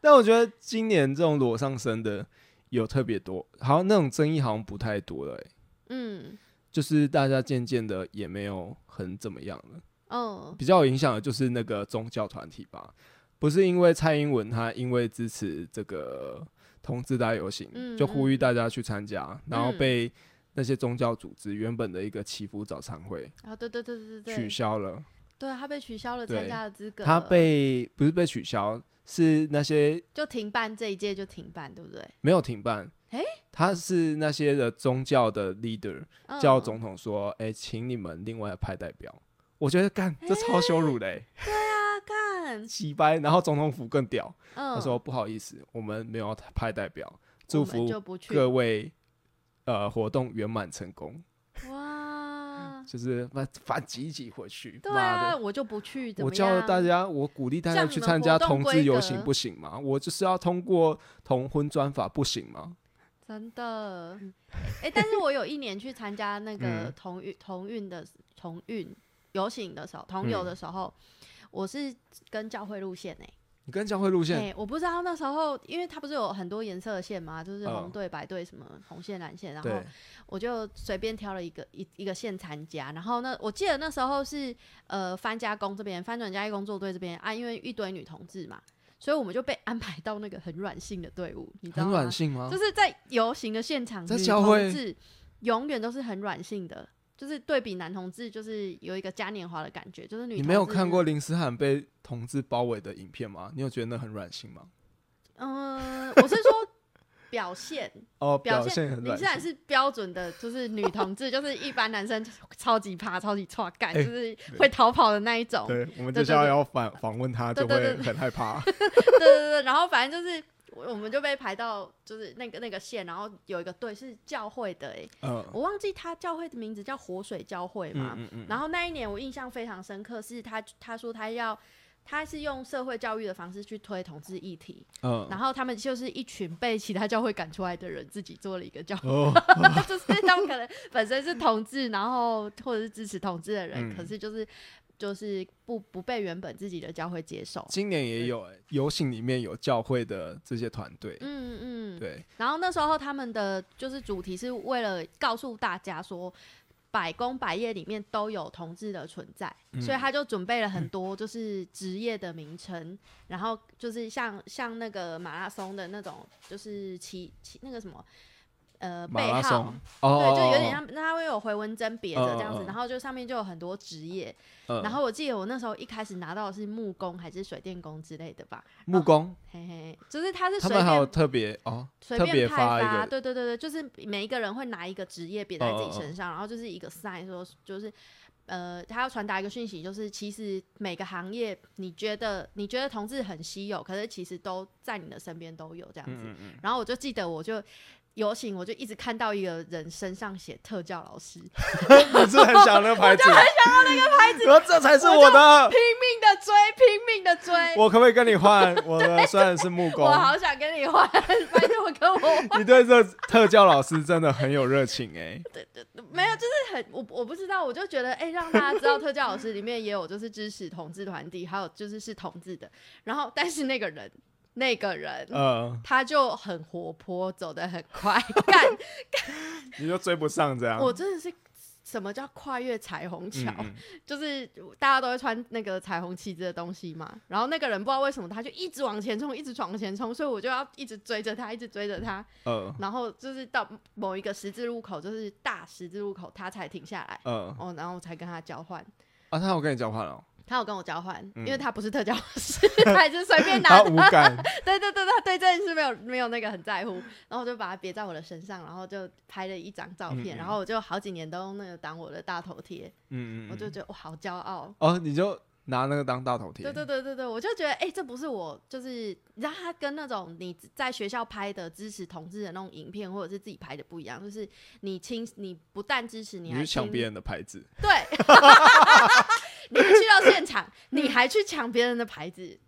Speaker 1: 但我觉得今年这种裸上身的有特别多，好像那种争议好像不太多了、欸，
Speaker 2: 嗯
Speaker 1: 就是大家渐渐的也没有很怎么样了。
Speaker 2: 嗯
Speaker 1: 比较有影响的就是那个宗教团体吧，不是因为蔡英文她因为支持这个同志大游行，
Speaker 2: 嗯
Speaker 1: 就呼吁大家去参加，然后
Speaker 2: 嗯
Speaker 1: 被那些宗教组织原本的一个祈福早餐会
Speaker 2: 啊，对对对对对
Speaker 1: 取
Speaker 2: 对，
Speaker 1: 消了，
Speaker 2: 对啊他被取消了
Speaker 1: 对
Speaker 2: 参加的资格，
Speaker 1: 他被不是被取消，是那些
Speaker 2: 就停办这一届就停办，对不对？
Speaker 1: 没有停办。
Speaker 2: 诶
Speaker 1: 他是那些的宗教的 leader，
Speaker 2: 嗯
Speaker 1: 叫总统说：“哎、请你们另外派代表。”我觉得干这超羞辱嘞、
Speaker 2: 啊干，
Speaker 1: 洗白。然后总统府更屌，
Speaker 2: 嗯，
Speaker 1: 他说：“不好意思，我们没有要派代表，
Speaker 2: 我
Speaker 1: 祝
Speaker 2: 们就
Speaker 1: 福
Speaker 2: 不去
Speaker 1: 各位呃活动圆满成功。
Speaker 2: 哇”，
Speaker 1: 就是反反挤挤回去，
Speaker 2: 对
Speaker 1: 妈
Speaker 2: 啊，
Speaker 1: 的！
Speaker 2: 我就不去，怎
Speaker 1: 我
Speaker 2: 么
Speaker 1: 叫
Speaker 2: 样？
Speaker 1: 了大家，我鼓励大家
Speaker 2: 像你
Speaker 1: 去
Speaker 2: 们
Speaker 1: 参加
Speaker 2: 活动
Speaker 1: 同志
Speaker 2: 规
Speaker 1: 游
Speaker 2: 格
Speaker 1: 行，不行吗？我就是要通过同婚专法，不行吗？
Speaker 2: 真 的。哎、但是我有一年去参加那个
Speaker 1: 嗯
Speaker 2: 同运同运的同运游行的时候，同游的时候，我是跟教会路线哎、
Speaker 1: 你跟教会嗯路
Speaker 2: 哎、
Speaker 1: 线，
Speaker 2: 我不知道那时候，因为它不是有很多颜色的线嘛，就是
Speaker 1: 嗯
Speaker 2: 红队、白队什么红线、蓝线，然后
Speaker 1: 对，
Speaker 2: 我就随便挑了一个一一个县参加，然后呢，我记得那时候是呃番家工这边，翻转嘉义工作队这边啊，因为一堆女同志嘛，所以我们就被安排到那个很软性的队伍，你知道
Speaker 1: 很软
Speaker 2: 吗？
Speaker 1: 性吗
Speaker 2: 就？是在游行的现场，
Speaker 1: 在
Speaker 2: 女
Speaker 1: 教
Speaker 2: 同
Speaker 1: 会
Speaker 2: 志永远都是很软性的，就是对比男同志，就是有一个嘉年华的感觉，就是女
Speaker 1: 你没有
Speaker 2: 同志
Speaker 1: 看过林思涵被同志包围的影片吗？你有觉得那很软性吗？
Speaker 2: 嗯，我是说表现，
Speaker 1: 哦，
Speaker 2: 表
Speaker 1: 现很
Speaker 2: 林
Speaker 1: 软
Speaker 2: 志然
Speaker 1: 性。
Speaker 2: 是标准的，就是女同志，就是一般男生超级怕、超级错干，
Speaker 1: 哎
Speaker 2: 就是会逃跑的那一种。
Speaker 1: 对，我们接
Speaker 2: 对对
Speaker 1: 下来
Speaker 2: 对
Speaker 1: 要访访问他，
Speaker 2: 对
Speaker 1: 就
Speaker 2: 对对
Speaker 1: 会
Speaker 2: 对
Speaker 1: 很害 怕。
Speaker 2: 对对对，然后反正就是我我们就被排到就是那个那个线，然后有一个队是教会的、哎，
Speaker 1: 嗯
Speaker 2: 我忘记他教会的名字叫活水教会嘛。
Speaker 1: 嗯嗯嗯，
Speaker 2: 然后那一年我印象非常深刻，是他他说他要。他是用社会教育的方式去推同志议题，
Speaker 1: 嗯
Speaker 2: 然后他们就是一群被其他教会赶出来的人，自己做了一个教
Speaker 1: 哦，
Speaker 2: 就是他们可能本身是同志，然后或者是支持同志的人，
Speaker 1: 嗯
Speaker 2: 可是就是就是不不被原本自己的教会接受。
Speaker 1: 今年也有欸游行里面有教会的这些团队，
Speaker 2: 嗯嗯。
Speaker 1: 对，
Speaker 2: 然后那时候他们的就是主题是为了告诉大家说。百工百业里面都有同志的存在，
Speaker 1: 嗯
Speaker 2: 所以他就准备了很多就是职业的名称，然后就是像像那个马拉松的那种，就是旗旗那个什么呃
Speaker 1: 马
Speaker 2: 背
Speaker 1: 拉
Speaker 2: 号
Speaker 1: 松，哦，
Speaker 2: 对，就有点
Speaker 1: 哦，
Speaker 2: 像，那它会有回纹针别着这样
Speaker 1: 嗯嗯
Speaker 2: 子，
Speaker 1: 嗯
Speaker 2: 然后就上面就有很多职业。
Speaker 1: 哦嗯
Speaker 2: 然后我记得我那时候一开始拿到的是木工还是水电工之类的吧，
Speaker 1: 木工，
Speaker 2: 嘿嘿，就是它是
Speaker 1: 他
Speaker 2: 随
Speaker 1: 们还有
Speaker 2: 便
Speaker 1: 特别哦，
Speaker 2: 随
Speaker 1: 特别
Speaker 2: 便派
Speaker 1: 发一
Speaker 2: 发，
Speaker 1: 个
Speaker 2: 对对对对，就是每一个人会拿一个职业别在自
Speaker 1: 嗯嗯
Speaker 2: 己
Speaker 1: 嗯
Speaker 2: 身上，然后就是一个 sign 说就是。呃，他要传达一个讯息，就是其实每个行业，你觉得你觉得同志很稀有，可是其实都在你的身边都有这样子。
Speaker 1: 嗯嗯
Speaker 2: 然后我就记得，我就游行，我就一直看到一个人身上写特教老师，
Speaker 1: 嗯， 你是很想那个牌子，我就很想要那个牌子，然后这才是我的，
Speaker 2: 拼命的追，拼命的追。
Speaker 1: 我可不可以跟你换？我的虽然是木
Speaker 2: 我
Speaker 1: 工，
Speaker 2: 好想跟你换，拜托跟我 换。
Speaker 1: 你对这特教老师真的很有热情哎，
Speaker 2: 没有，就是很我我不知道，我就觉得哎、让大家知道特教老师里面也有就是支持同志团体，还有就是是同志的。然后，但是那个人，那个人。
Speaker 1: 嗯，
Speaker 2: 他就很活泼，走得很快，干！
Speaker 1: 你就追不上这样，
Speaker 2: 我真的是什么叫跨越彩虹
Speaker 1: 嗯
Speaker 2: 桥？
Speaker 1: 嗯
Speaker 2: 就是大家都会穿那个彩虹旗子的东西嘛，然后那个人不知道为什么他就一直往前冲，一直往前冲，所以我就要一直追着他，一直追着他，
Speaker 1: 嗯
Speaker 2: 然后就是到某一个十字路口，就是大十字路口，他才停下来，
Speaker 1: 嗯，
Speaker 2: 哦，然后我才跟他交换，
Speaker 1: 啊，他有跟你交换哦，
Speaker 2: 他有跟我交换，
Speaker 1: 嗯
Speaker 2: 因为他不是特教老师，他还是随便拿
Speaker 1: 他
Speaker 2: 的
Speaker 1: 啊无，感，
Speaker 2: 对对对，他对这件事没有没有那个很在乎，然后我就把它别在我的身上，然后就拍了一张照
Speaker 1: 嗯
Speaker 2: 片，
Speaker 1: 嗯
Speaker 2: 然后我就好几年都用那个当我的大头贴，
Speaker 1: 嗯嗯，嗯
Speaker 2: 我就觉得我好骄傲，
Speaker 1: 哦，你就拿那个当大头贴，
Speaker 2: 对对对对对，我就觉得，哎、这不是我，就是你知道，他跟那种你在学校拍的支持同志的那种影片，或者是自己拍的不一样，就是你亲，你不但支持，你
Speaker 1: 你
Speaker 2: 还
Speaker 1: 去抢
Speaker 2: 亲
Speaker 1: 别人的牌子，
Speaker 2: 对， 你去到现场，你还去抢别人的牌子，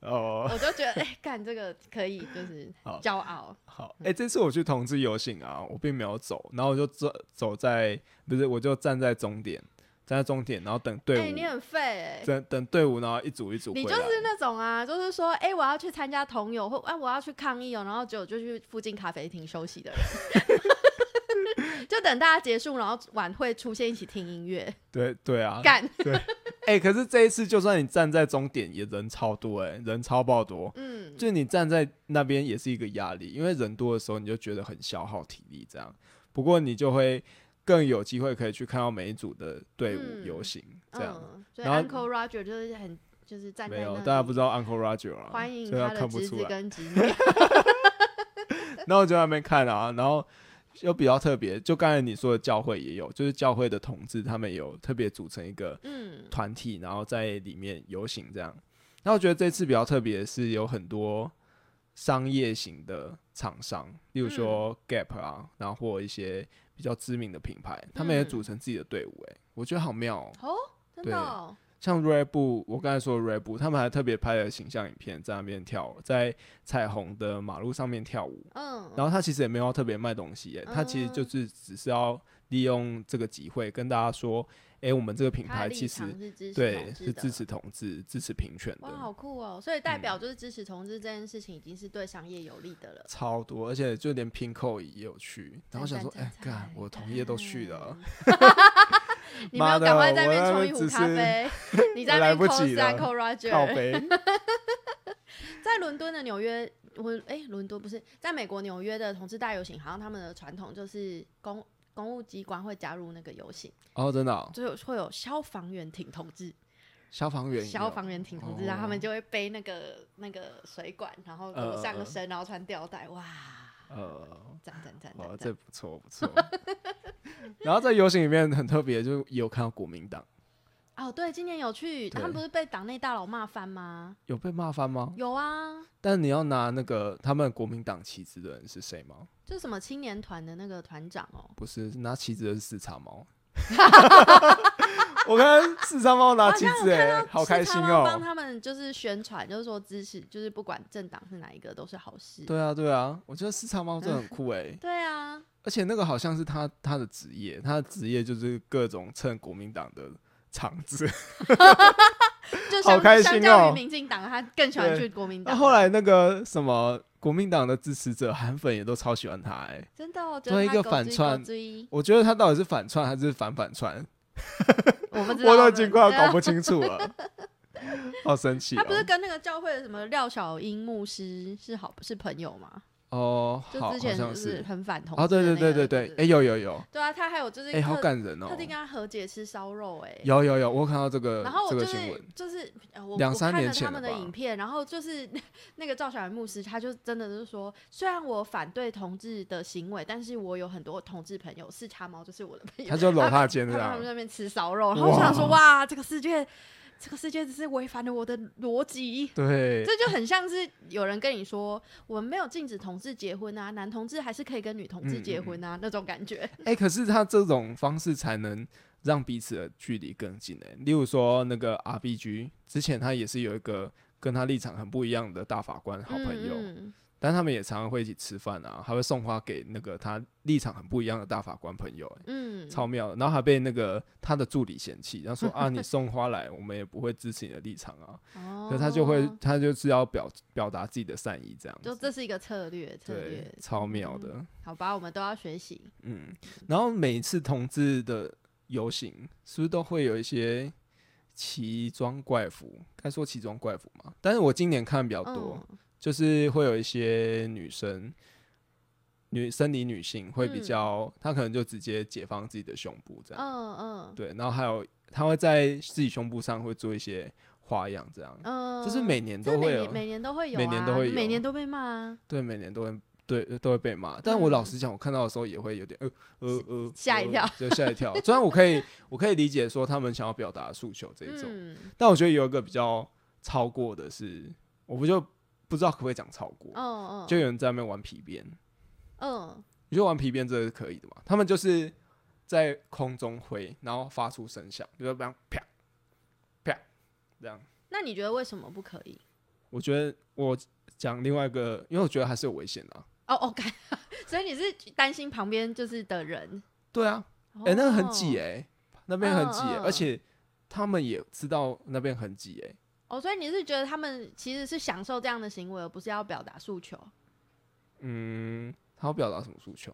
Speaker 1: 哦，
Speaker 2: 我就觉得，哎、干这个可以，就是
Speaker 1: 好
Speaker 2: 骄傲，
Speaker 1: 好，哎、这次我去同志游行啊，我并没有走，然后我就走走在不是，我就站在终点，站在终点，然后等队
Speaker 2: 哎、
Speaker 1: 伍，
Speaker 2: 你很废、哎。
Speaker 1: 等等队伍，然后一组一组回
Speaker 2: 你
Speaker 1: 来。
Speaker 2: 就是那种啊，就是说，哎、我要去参加同友或哎、我要去抗议哦，然后就就去附近咖啡厅休息的人， 就等大家结束，然后晚会出现一起听音乐，
Speaker 1: 对对啊，
Speaker 2: 干、
Speaker 1: 哎、可是这一次就算你站在终点，也人超多、哎，人超爆多。
Speaker 2: 嗯，
Speaker 1: 就你站在那边也是一个压力，因为人多的时候你就觉得很消耗体力，这样。不过你就会更有机会可以去看到每一组的队伍
Speaker 2: 嗯
Speaker 1: 游行，这样。
Speaker 2: 嗯，所以
Speaker 1: 然后
Speaker 2: Uncle Roger 就是很就是站在
Speaker 1: 没有，
Speaker 2: 那
Speaker 1: 大家
Speaker 2: 里
Speaker 1: 不知道 Uncle Roger 啊，
Speaker 2: 欢迎
Speaker 1: 所以
Speaker 2: 他的
Speaker 1: 看不
Speaker 2: 侄
Speaker 1: 出
Speaker 2: 子
Speaker 1: 来。
Speaker 2: 跟 侄女，
Speaker 1: 然后我就在那边看啊，然后又比较特别，就刚才你说的教会也有，就是教会的同志他们有特别组成一个
Speaker 2: 嗯
Speaker 1: 团体，然后在里面游行这样。然后我觉得这次比较特别的是有很多商业型的厂商，例如说 Gap 啊，然后或一些比较知名的品牌，他们也
Speaker 2: 嗯
Speaker 1: 组成自己的队伍、欸，我觉得好妙、哦。
Speaker 2: 哦，真的、哦，
Speaker 1: 像 r e b 我刚才说 r e b 他们还特别拍了形象影片，在那边跳，在彩虹的马路上面跳舞。
Speaker 2: 嗯，
Speaker 1: 然后他其实也没有要特别卖东西耶，他其实就
Speaker 2: 嗯
Speaker 1: 是只是要利用这个机会跟大家说，哎、我们这个品
Speaker 2: 他的
Speaker 1: 牌
Speaker 2: 立
Speaker 1: 其实
Speaker 2: 场是支持
Speaker 1: 对
Speaker 2: 同志
Speaker 1: 是
Speaker 2: 的
Speaker 1: 支持同志、支持平权
Speaker 2: 哇，
Speaker 1: 的，嗯
Speaker 2: 好酷哦！所以代表就是支持同志这件事情，已经是对商业有利的了。
Speaker 1: 超多，而且就连 Pinko 也有去，然后想说，哎、干，我同业都去 了，
Speaker 2: 赞。嗯 你没
Speaker 1: 妈
Speaker 2: 有
Speaker 1: 的
Speaker 2: 赶快在那
Speaker 1: 我
Speaker 2: 边
Speaker 1: 那
Speaker 2: 冲
Speaker 1: 边
Speaker 2: 一
Speaker 1: 只
Speaker 2: 壶
Speaker 1: 是
Speaker 2: 咖 啡，你在
Speaker 1: 我
Speaker 2: 那
Speaker 1: 来不
Speaker 2: 边扣
Speaker 1: 及了
Speaker 2: 三扣
Speaker 1: 靠
Speaker 2: Roger，
Speaker 1: 背，
Speaker 2: 在伦敦的纽约，我哎，伦敦不是在美国纽约的同志大游行，好像他们的传统就是公公务机关会加入那个游行，
Speaker 1: 哦，真的哦、
Speaker 2: 就有会有消防员挺同志，
Speaker 1: 消防员也有，
Speaker 2: 消防员挺
Speaker 1: 哦
Speaker 2: 同志，然后他们就会背那个那个水管，然后
Speaker 1: 呃
Speaker 2: 裸上
Speaker 1: 呃
Speaker 2: 身，然后穿吊带，哇，
Speaker 1: 呃，
Speaker 2: 赞赞赞
Speaker 1: 哦，
Speaker 2: 赞赞！
Speaker 1: 这不错不 错。然后在游行里面很特别，就是也有看到国民党
Speaker 2: 哦，对，今年有去，他
Speaker 1: 对
Speaker 2: 们不是被党内大佬骂翻吗？
Speaker 1: 有被骂翻吗？
Speaker 2: 有啊，
Speaker 1: 但你要拿那个他们国民党旗帜的人是谁吗？
Speaker 2: 就什么青年团的那个团长哦，
Speaker 1: 不是，拿旗帜的是四叉 猫。 我看四叉猫拿旗帜、欸，好开心
Speaker 2: 是他们帮
Speaker 1: 哦、
Speaker 2: 他们就是宣传，就是说支持，就是不管政党是哪一个都是好事。
Speaker 1: 对啊，对啊，我觉得四叉猫真的很酷哎、
Speaker 2: 对啊，
Speaker 1: 而且那个好像是他他的职业，他的职业就是各种蹭国民党的场子。
Speaker 2: 就
Speaker 1: 好
Speaker 2: 相
Speaker 1: 开心
Speaker 2: 相较
Speaker 1: 哦
Speaker 2: 于民进党，他更喜欢
Speaker 1: 对
Speaker 2: 去国民
Speaker 1: 那
Speaker 2: 党。啊
Speaker 1: 后来那个什么国民党的支持者韩粉也都超喜欢他哎、
Speaker 2: 真的，我觉
Speaker 1: 做
Speaker 2: 得
Speaker 1: 一
Speaker 2: 他
Speaker 1: 个
Speaker 2: 狗
Speaker 1: 反
Speaker 2: 追狗
Speaker 1: 串
Speaker 2: 追
Speaker 1: 我觉得他到底是反串还是反反串，
Speaker 2: 我不知道
Speaker 1: 我都
Speaker 2: 他
Speaker 1: 已经
Speaker 2: 们
Speaker 1: 快要
Speaker 2: 对
Speaker 1: 搞
Speaker 2: 啊
Speaker 1: 不清楚了， 好神奇
Speaker 2: 他不是
Speaker 1: 哦！
Speaker 2: 跟那个教会的什么廖小英牧师是好是朋友吗？
Speaker 1: 哦，
Speaker 2: 就
Speaker 1: 好，好
Speaker 2: 之前
Speaker 1: 像
Speaker 2: 就是很反同
Speaker 1: 啊，
Speaker 2: 志
Speaker 1: 对对
Speaker 2: 的那
Speaker 1: 对
Speaker 2: 个
Speaker 1: 对对，哎，有有有，
Speaker 2: 对啊，他还有就是
Speaker 1: 哎，好
Speaker 2: 特
Speaker 1: 感人哦
Speaker 2: 特，地跟他和解吃烧肉哎、
Speaker 1: 有有有，我有看到这个
Speaker 2: 然后我
Speaker 1: 呃这个
Speaker 2: 就是
Speaker 1: 新闻，
Speaker 2: 就是呃我
Speaker 1: 两
Speaker 2: 我
Speaker 1: 三
Speaker 2: 看
Speaker 1: 年
Speaker 2: 了
Speaker 1: 前
Speaker 2: 他们
Speaker 1: 了
Speaker 2: 的
Speaker 1: 吧
Speaker 2: 影片，然后就是 那个赵小兰牧师，他就真的就是说，虽然我反对同志的行为，但是我有很多同志朋友，四叉猫就是我的朋友，
Speaker 1: 他就搂
Speaker 2: 他
Speaker 1: 他的肩
Speaker 2: 他
Speaker 1: 这
Speaker 2: 们他
Speaker 1: 样
Speaker 2: 们，在那边吃烧肉，然后我想说哇，这个世界，这个世界只是违反了我的逻辑。
Speaker 1: 对，
Speaker 2: 这就很像是有人跟你说，我们没有禁止同志结婚啊，男同志还是可以跟女同
Speaker 1: 嗯
Speaker 2: 志
Speaker 1: 嗯
Speaker 2: 结
Speaker 1: 嗯
Speaker 2: 婚啊，那种感觉。
Speaker 1: 哎，可是他这种方式才能让彼此的距离更近哎，例如说那个 RBG，之前他也是有一个跟他立场很不一样的大法官好朋友，
Speaker 2: 嗯嗯
Speaker 1: 但他们也常常会一起吃饭啊，还会送花给那个他立场很不一样的大法官朋友、欸，
Speaker 2: 嗯，
Speaker 1: 超妙的。然后还被那个他的助理嫌弃，然后 说啊，你送花来，我们也不会支持你的立场啊。
Speaker 2: 哦
Speaker 1: 可是他就会，他就是要表表达自己的善意这样
Speaker 2: 就
Speaker 1: 子，
Speaker 2: 这是一个策略，策
Speaker 1: 对
Speaker 2: 略，。 嗯
Speaker 1: 超妙的，
Speaker 2: 好吧，我们都要学习。
Speaker 1: 嗯。然后每一次同志的游行，是不是都会有一些奇装怪服？该说奇装怪服嘛，但是我今年看比较多，
Speaker 2: 嗯、
Speaker 1: 就是会有一些女生，女生理女性会比
Speaker 2: 嗯
Speaker 1: 较，她可能就直接解放自己的胸部这样，
Speaker 2: 嗯嗯
Speaker 1: 对，然后还有她会在自己胸部上会做一些花样这样，
Speaker 2: 嗯，
Speaker 1: 就是每年
Speaker 2: 这
Speaker 1: 都会
Speaker 2: 每
Speaker 1: 有
Speaker 2: 年，每年都会有、啊，
Speaker 1: 每年都会有
Speaker 2: 每年都被骂啊，
Speaker 1: 对，每年都会。对，都会被骂。但我老
Speaker 2: 嗯
Speaker 1: 实讲，我看到的时候也会有点呃呃呃，
Speaker 2: 吓一
Speaker 1: 呃
Speaker 2: 跳，
Speaker 1: 就吓一跳。虽然我可以，我可以理解说他们想要表达的诉求这一种，
Speaker 2: 嗯
Speaker 1: 但我觉得有一个比较超过的是，我不就不知道可不可以讲超过，
Speaker 2: 嗯嗯，
Speaker 1: 就有人在那边玩皮鞭，
Speaker 2: 嗯
Speaker 1: 你觉得玩皮鞭这个是可以的嘛？他们就是在空中挥，然后发出声响，就是这样啪啪这样。
Speaker 2: 那你觉得为什么不可以？
Speaker 1: 我觉得我讲另外一个，因为我觉得还是有危险的、啊。
Speaker 2: 哦哦，感， 所以你是担心旁边就是的人，
Speaker 1: 对啊，
Speaker 2: 哎
Speaker 1: 哎、那个很挤哎、那边很挤、欸，
Speaker 2: 嗯嗯
Speaker 1: 而且他们也知道那边很挤哎、
Speaker 2: 哦，所以你是觉得他们其实是享受这样的行为，而不是要表达诉求？
Speaker 1: 嗯，他要表达什么诉求？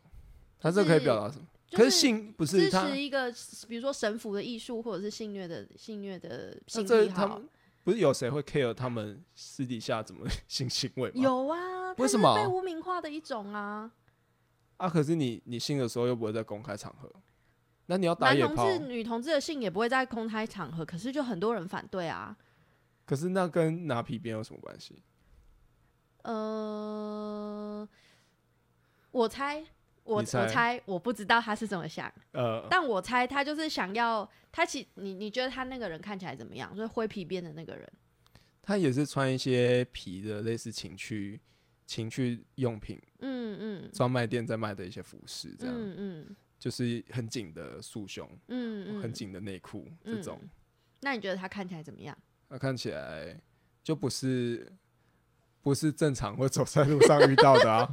Speaker 1: 他这可以表达什么？
Speaker 2: 就
Speaker 1: 可是性不
Speaker 2: 支
Speaker 1: 是他，
Speaker 2: 持一个，比如说神服的艺术，或者是性虐的性虐的
Speaker 1: 那
Speaker 2: 性
Speaker 1: 这
Speaker 2: 癖
Speaker 1: 他
Speaker 2: 好
Speaker 1: 们。不是有谁会 care 他们私底下怎么 性行为吗？
Speaker 2: 有啊，它
Speaker 1: 为什
Speaker 2: 是
Speaker 1: 么
Speaker 2: 被污名化的一种啊？
Speaker 1: 啊，可是你你性的时候又不会在公开场合，那你要打
Speaker 2: 男
Speaker 1: 野
Speaker 2: 同
Speaker 1: 炮
Speaker 2: 志、，女同志的性也不会在公开场合，可是就很多人反对啊。
Speaker 1: 可是那跟拿皮鞭有什么关系？
Speaker 2: 呃，我猜，我
Speaker 1: 你猜
Speaker 2: 我猜，我不知道他是怎么想，
Speaker 1: 呃，
Speaker 2: 但我猜他就是想要，他其你你觉得他那个人看起来怎么样？就是灰皮边的那个人，
Speaker 1: 他也是穿一些皮的，类似情趣情趣用品
Speaker 2: 嗯嗯
Speaker 1: 专卖店在卖的一些服饰，这样、
Speaker 2: 嗯嗯
Speaker 1: 哦就是很紧的束胸，
Speaker 2: 嗯嗯，嗯
Speaker 1: 很紧的内裤这种。
Speaker 2: 那你觉得它看起来怎么样？
Speaker 1: 那看起来就不是不是正常会走在路上遇到的 啊，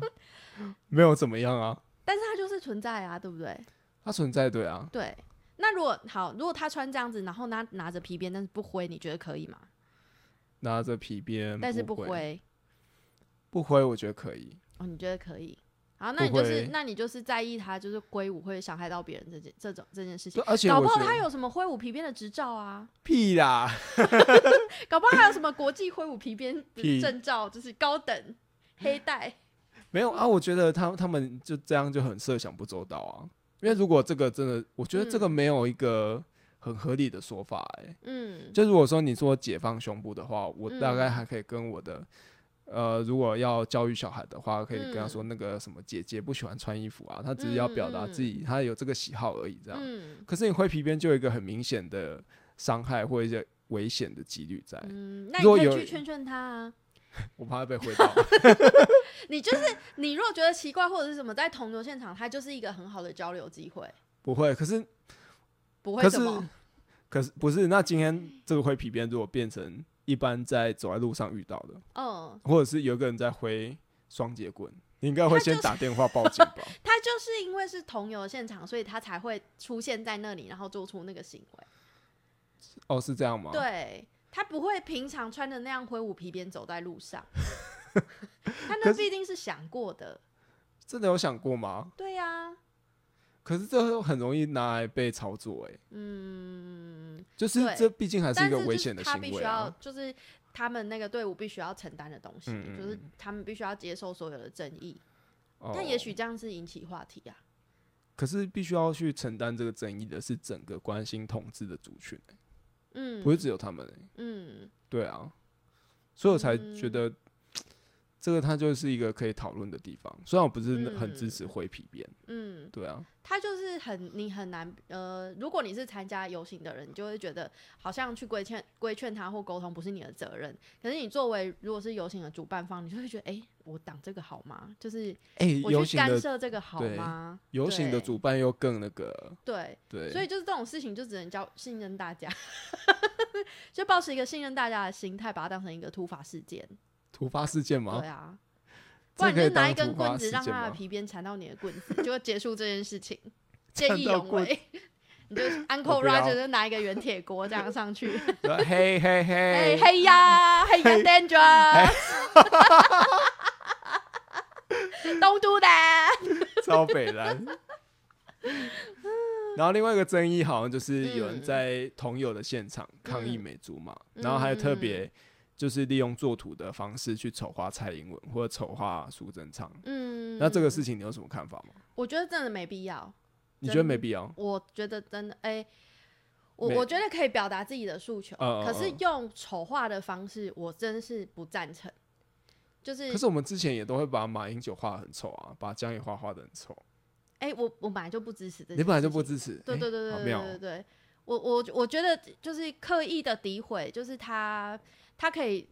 Speaker 1: 没有怎么样啊，
Speaker 2: 但是它就是存在啊，对不对？
Speaker 1: 它存在对啊，
Speaker 2: 对。那如果好，如果他穿这样子，然后拿拿着皮鞭，但是不挥，你觉得可以吗？
Speaker 1: 拿着皮鞭，
Speaker 2: 但是
Speaker 1: 不挥，
Speaker 2: 挥，
Speaker 1: 不挥我觉得可以，
Speaker 2: 哦，你觉得可以？好，那你就
Speaker 1: 挥
Speaker 2: 是，那你就是在意他就是挥舞会伤害到别人这件这种这件事
Speaker 1: 就。
Speaker 2: 情
Speaker 1: 而且
Speaker 2: 搞
Speaker 1: 我
Speaker 2: 不
Speaker 1: 觉
Speaker 2: 好他
Speaker 1: 得
Speaker 2: 有什么挥舞皮鞭的执照啊？
Speaker 1: 屁啦，
Speaker 2: 搞不好还有什么国际挥舞皮鞭
Speaker 1: 屁
Speaker 2: 的证照，就是 高等黑带。
Speaker 1: 没有啊，我觉得他他们就这样就很设想不周到啊，因为如果这个真的，我觉得这个没有一个很合理的说法、欸，
Speaker 2: 嗯，
Speaker 1: 就如果说你说解放胸部的话，我大概
Speaker 2: 嗯
Speaker 1: 还可以跟我的，呃，如果要教育小孩的话，可以跟他
Speaker 2: 嗯
Speaker 1: 说那个什么姐姐不喜欢穿衣服啊，她只是要表达
Speaker 2: 嗯嗯
Speaker 1: 自己，她有这个喜好而已，这样。
Speaker 2: 嗯
Speaker 1: 可是你挥皮鞭就有一个很明显的伤害或一些危险的几率在，
Speaker 2: 嗯，那你
Speaker 1: 如果
Speaker 2: 可以
Speaker 1: 有
Speaker 2: 去劝劝他啊。
Speaker 1: 我怕被挥 到。
Speaker 2: 你就是你，如果觉得奇怪或者是什么，在同游现场，它就是一个很好的交流机会，
Speaker 1: 不会，可是
Speaker 2: 不
Speaker 1: 可
Speaker 2: 会
Speaker 1: 是
Speaker 2: 什么。
Speaker 1: 可是不是？那今天这个挥皮鞭如果变成一般在走在路上遇到的，
Speaker 2: 嗯，
Speaker 1: 或者是有一个人在挥双节棍，你应该会
Speaker 2: 他
Speaker 1: 先
Speaker 2: 就是
Speaker 1: 打电话报警吧？
Speaker 2: 他就是因为是同游现场，所以他才会出现在那里，然后做出那个行为。
Speaker 1: 哦，是这样吗？
Speaker 2: 对他不会平常穿的那样挥舞皮鞭走在 路上，他
Speaker 1: 可是
Speaker 2: 那必定是想过的。
Speaker 1: 真的有想过吗？
Speaker 2: 对呀、
Speaker 1: 可是这很容易拿来被操作、欸，
Speaker 2: 嗯，
Speaker 1: 就是
Speaker 2: 对
Speaker 1: 这毕竟还是
Speaker 2: 但
Speaker 1: 一个
Speaker 2: 就
Speaker 1: 危险的
Speaker 2: 他
Speaker 1: 行
Speaker 2: 必须
Speaker 1: 为
Speaker 2: 要
Speaker 1: 啊。
Speaker 2: 就是他们那个队伍必须要承担的东西，
Speaker 1: 嗯嗯
Speaker 2: 就是他们必须要接受所有的正义。
Speaker 1: 哦
Speaker 2: 但也许这样是引起话题啊。
Speaker 1: 可是必须要去承担这个争议的是整个关心统治的族群、欸
Speaker 2: 嗯，
Speaker 1: 不是只有他们、欸。
Speaker 2: 嗯，
Speaker 1: 对啊，所以我才觉得、这个它就是一个可以讨论的地方。虽然我不是很支持灰皮鞭，
Speaker 2: 嗯，
Speaker 1: 对啊，
Speaker 2: 他就是很你很难呃，如果你是参加游行的人，你就会觉得好像去规劝规劝他或沟通不是你的责任。可是你作为如果是游行的主办方，你就会觉得，哎、我挡这个好吗？就是
Speaker 1: 哎、游
Speaker 2: 我去
Speaker 1: 行
Speaker 2: 干
Speaker 1: 的
Speaker 2: 涉这个好
Speaker 1: 对
Speaker 2: 吗？
Speaker 1: 游行的
Speaker 2: 对
Speaker 1: 主办又更那个，
Speaker 2: 对，
Speaker 1: 对，
Speaker 2: 所以就是这种事情，就只能叫信任大家， 就保持一个信任大家的心态，把它当成一个突发事件。
Speaker 1: 突发事件吗
Speaker 2: 对？啊，不
Speaker 1: 这
Speaker 2: 然你
Speaker 1: 可
Speaker 2: 就
Speaker 1: 以
Speaker 2: 拿
Speaker 1: 当
Speaker 2: 一根
Speaker 1: 突发
Speaker 2: 棍子，
Speaker 1: 事
Speaker 2: 让
Speaker 1: 件
Speaker 2: 他的
Speaker 1: 吗
Speaker 2: 皮鞭缠到你的棍子，就结束这件事 情。
Speaker 1: 缠
Speaker 2: 见义
Speaker 1: 到
Speaker 2: 勇
Speaker 1: 棍
Speaker 2: 为， 你就
Speaker 1: 我
Speaker 2: Uncle
Speaker 1: 不要
Speaker 2: Roger 就拿一个圆铁锅这样 上去，
Speaker 1: 对嘿嘿
Speaker 2: 哎
Speaker 1: 嘿，
Speaker 2: 嘿呀嘿呀 Danger，东都的，
Speaker 1: 超北 蓝。然后另外一个争议好像就是有人
Speaker 2: 嗯
Speaker 1: 在同友的现场抗议
Speaker 2: 嗯
Speaker 1: 美竹嘛，然后还有特别就是利用作图的方式去丑化蔡英文或者丑化苏贞昌。
Speaker 2: 嗯，
Speaker 1: 那这个事情你有什么看法吗？
Speaker 2: 我觉得真的没必要。
Speaker 1: 你觉得
Speaker 2: 真
Speaker 1: 没必要？
Speaker 2: 我觉得真的，哎、我
Speaker 1: 没
Speaker 2: 我觉得可以表达自己的诉求，
Speaker 1: 嗯嗯
Speaker 2: 可是
Speaker 1: 嗯
Speaker 2: 用丑化的方式，我真是不赞成。就是
Speaker 1: 可，是我们之前也都会把马英九画得很丑啊，把江也画画的很丑。
Speaker 2: 哎、我我本来就不支持这件事情，
Speaker 1: 你本来就不支持，
Speaker 2: 对，
Speaker 1: 哎
Speaker 2: 对对对
Speaker 1: 好
Speaker 2: 对
Speaker 1: 妙
Speaker 2: 对对对，我我我觉得就是刻意的诋毁，就是他他可以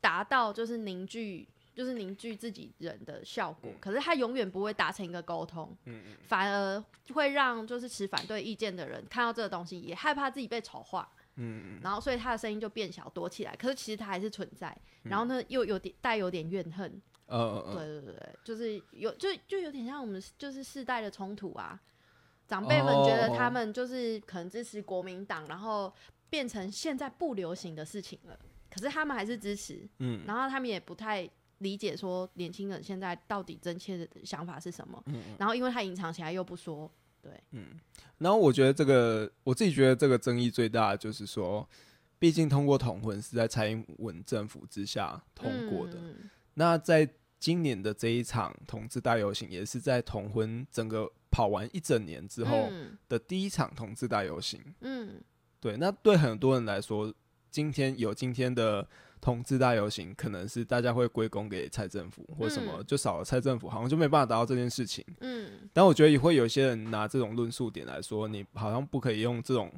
Speaker 2: 达到就是凝聚。就是凝聚自己人的效
Speaker 1: 嗯
Speaker 2: 果，可是他永远不会达成一个沟通，反而会让就是持反对意见的人看到这个东西，也害怕自己被丑化，
Speaker 1: 嗯，
Speaker 2: 然后所以他的声音就变小，躲起来。可是其实他还是存在，
Speaker 1: 嗯
Speaker 2: 然后呢又有点带有点怨恨，
Speaker 1: 呃呃
Speaker 2: 对
Speaker 1: 呃，
Speaker 2: 对对对，就是有就就有点像我们就是世代的冲突啊。长辈们觉得
Speaker 1: 哦
Speaker 2: 他们就是可能支持国民党，然后变成现在不流行的事情了，可是他们还是支持，
Speaker 1: 嗯，
Speaker 2: 然后他们也不太理解说年轻人现在到底真切的想法是什么，
Speaker 1: 嗯
Speaker 2: 然后因为他隐藏起来又不说，
Speaker 1: 然后我觉得这个我自己觉得这个争议最大的就是说，毕竟通过同婚是在蔡英文政府之下通过的，
Speaker 2: 嗯
Speaker 1: 那在今年的这一场同志大游行也是在同婚整个跑完一整年之后
Speaker 2: 嗯
Speaker 1: 的第一场同志大游行，
Speaker 2: 嗯
Speaker 1: 对，那对很多人来说，今天有今天的同志大游行，可能是大家会归功给蔡政府或什么，
Speaker 2: 嗯
Speaker 1: 就少了蔡政府，好像就没办法达到这件事情。
Speaker 2: 嗯
Speaker 1: 但我觉得也会有一些人拿这种论述点来说，你好像不可以用这种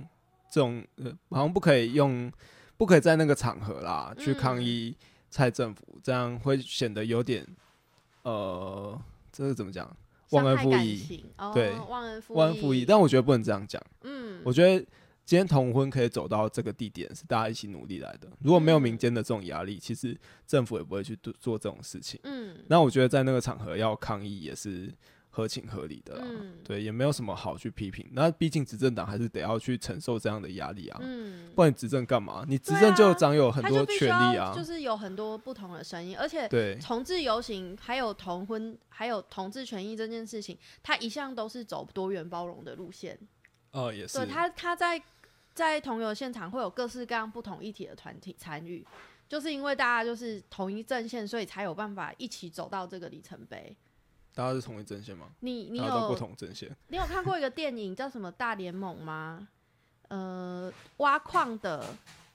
Speaker 1: 这种，呃，好像不可以用，不可以在那个场合啦去抗
Speaker 2: 嗯
Speaker 1: 议蔡政府，这样会显得有点，呃，这是怎么讲？忘
Speaker 2: 伤
Speaker 1: 恩
Speaker 2: 害
Speaker 1: 负
Speaker 2: 感
Speaker 1: 义，
Speaker 2: 情哦
Speaker 1: 对
Speaker 2: 忘恩负
Speaker 1: 忘恩负义。但我觉得不能这样讲。
Speaker 2: 嗯
Speaker 1: 我觉得今天同婚可以走到这个地点，是大家一起努力来的。如果没有
Speaker 2: 嗯
Speaker 1: 民间的这种压力，其实政府也不会去做做这种事情。
Speaker 2: 嗯
Speaker 1: 那我觉得在那个场合要抗议也是合情合理的啦。
Speaker 2: 嗯
Speaker 1: 对，也没有什么好去批评。那毕竟执政党还是得要去承受这样的压力啊，
Speaker 2: 嗯，
Speaker 1: 不然你执政干嘛？你执
Speaker 2: 对
Speaker 1: 政就
Speaker 2: 啊
Speaker 1: 长有很
Speaker 2: 他
Speaker 1: 多
Speaker 2: 就必须
Speaker 1: 权利
Speaker 2: 要
Speaker 1: 啊，
Speaker 2: 就是有很多不同的声音，而且
Speaker 1: 对
Speaker 2: 同志游行还有同婚还有同志权益这件事情，他一向都是走多元包容的路线。
Speaker 1: 哦，也是
Speaker 2: 对，他，他在在同游现场会有各式各样不同议题的团体参与，就是因为大家就是同一阵线，所以才有办法一起走到这个里程碑。
Speaker 1: 大家是同一阵线吗？
Speaker 2: 你你
Speaker 1: 大家都不
Speaker 2: 有
Speaker 1: 同阵线，
Speaker 2: 你有看过一个电影叫什么《大联盟》吗？呃，挖矿的，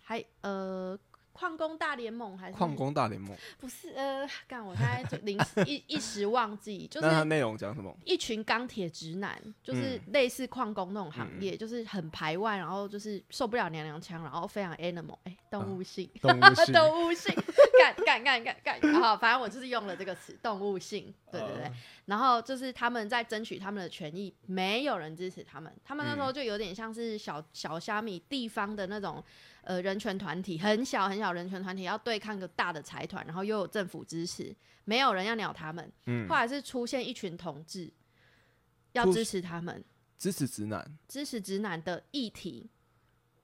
Speaker 2: 还呃矿工大联盟还是
Speaker 1: 矿工大联盟。
Speaker 2: 不是呃，干我现在就临时一一时忘记，就是
Speaker 1: 那它内容讲什 么？
Speaker 2: 一群钢铁直男，就是类似矿工那种行业，就是很排外，然后就是受不了娘娘腔，然后非常 animal，哎、动物性，
Speaker 1: 动物性
Speaker 2: 动物性，干干干干干，好，反正我就是用了这个词，动物性，对对对。
Speaker 1: 呃
Speaker 2: 然后就是他们在争取他们的权益，没有人支持他们，他们那时
Speaker 1: 嗯
Speaker 2: 候就有点像是小小虾米地方的那种呃人权团体，很小很小人权团体要对抗一个大的财团，然后又有政府支持，没有人要鸟他们。
Speaker 1: 嗯
Speaker 2: 后，来是出现一群同志要
Speaker 1: 出
Speaker 2: 支持他们，
Speaker 1: 支持直男。
Speaker 2: 支持直男的议题，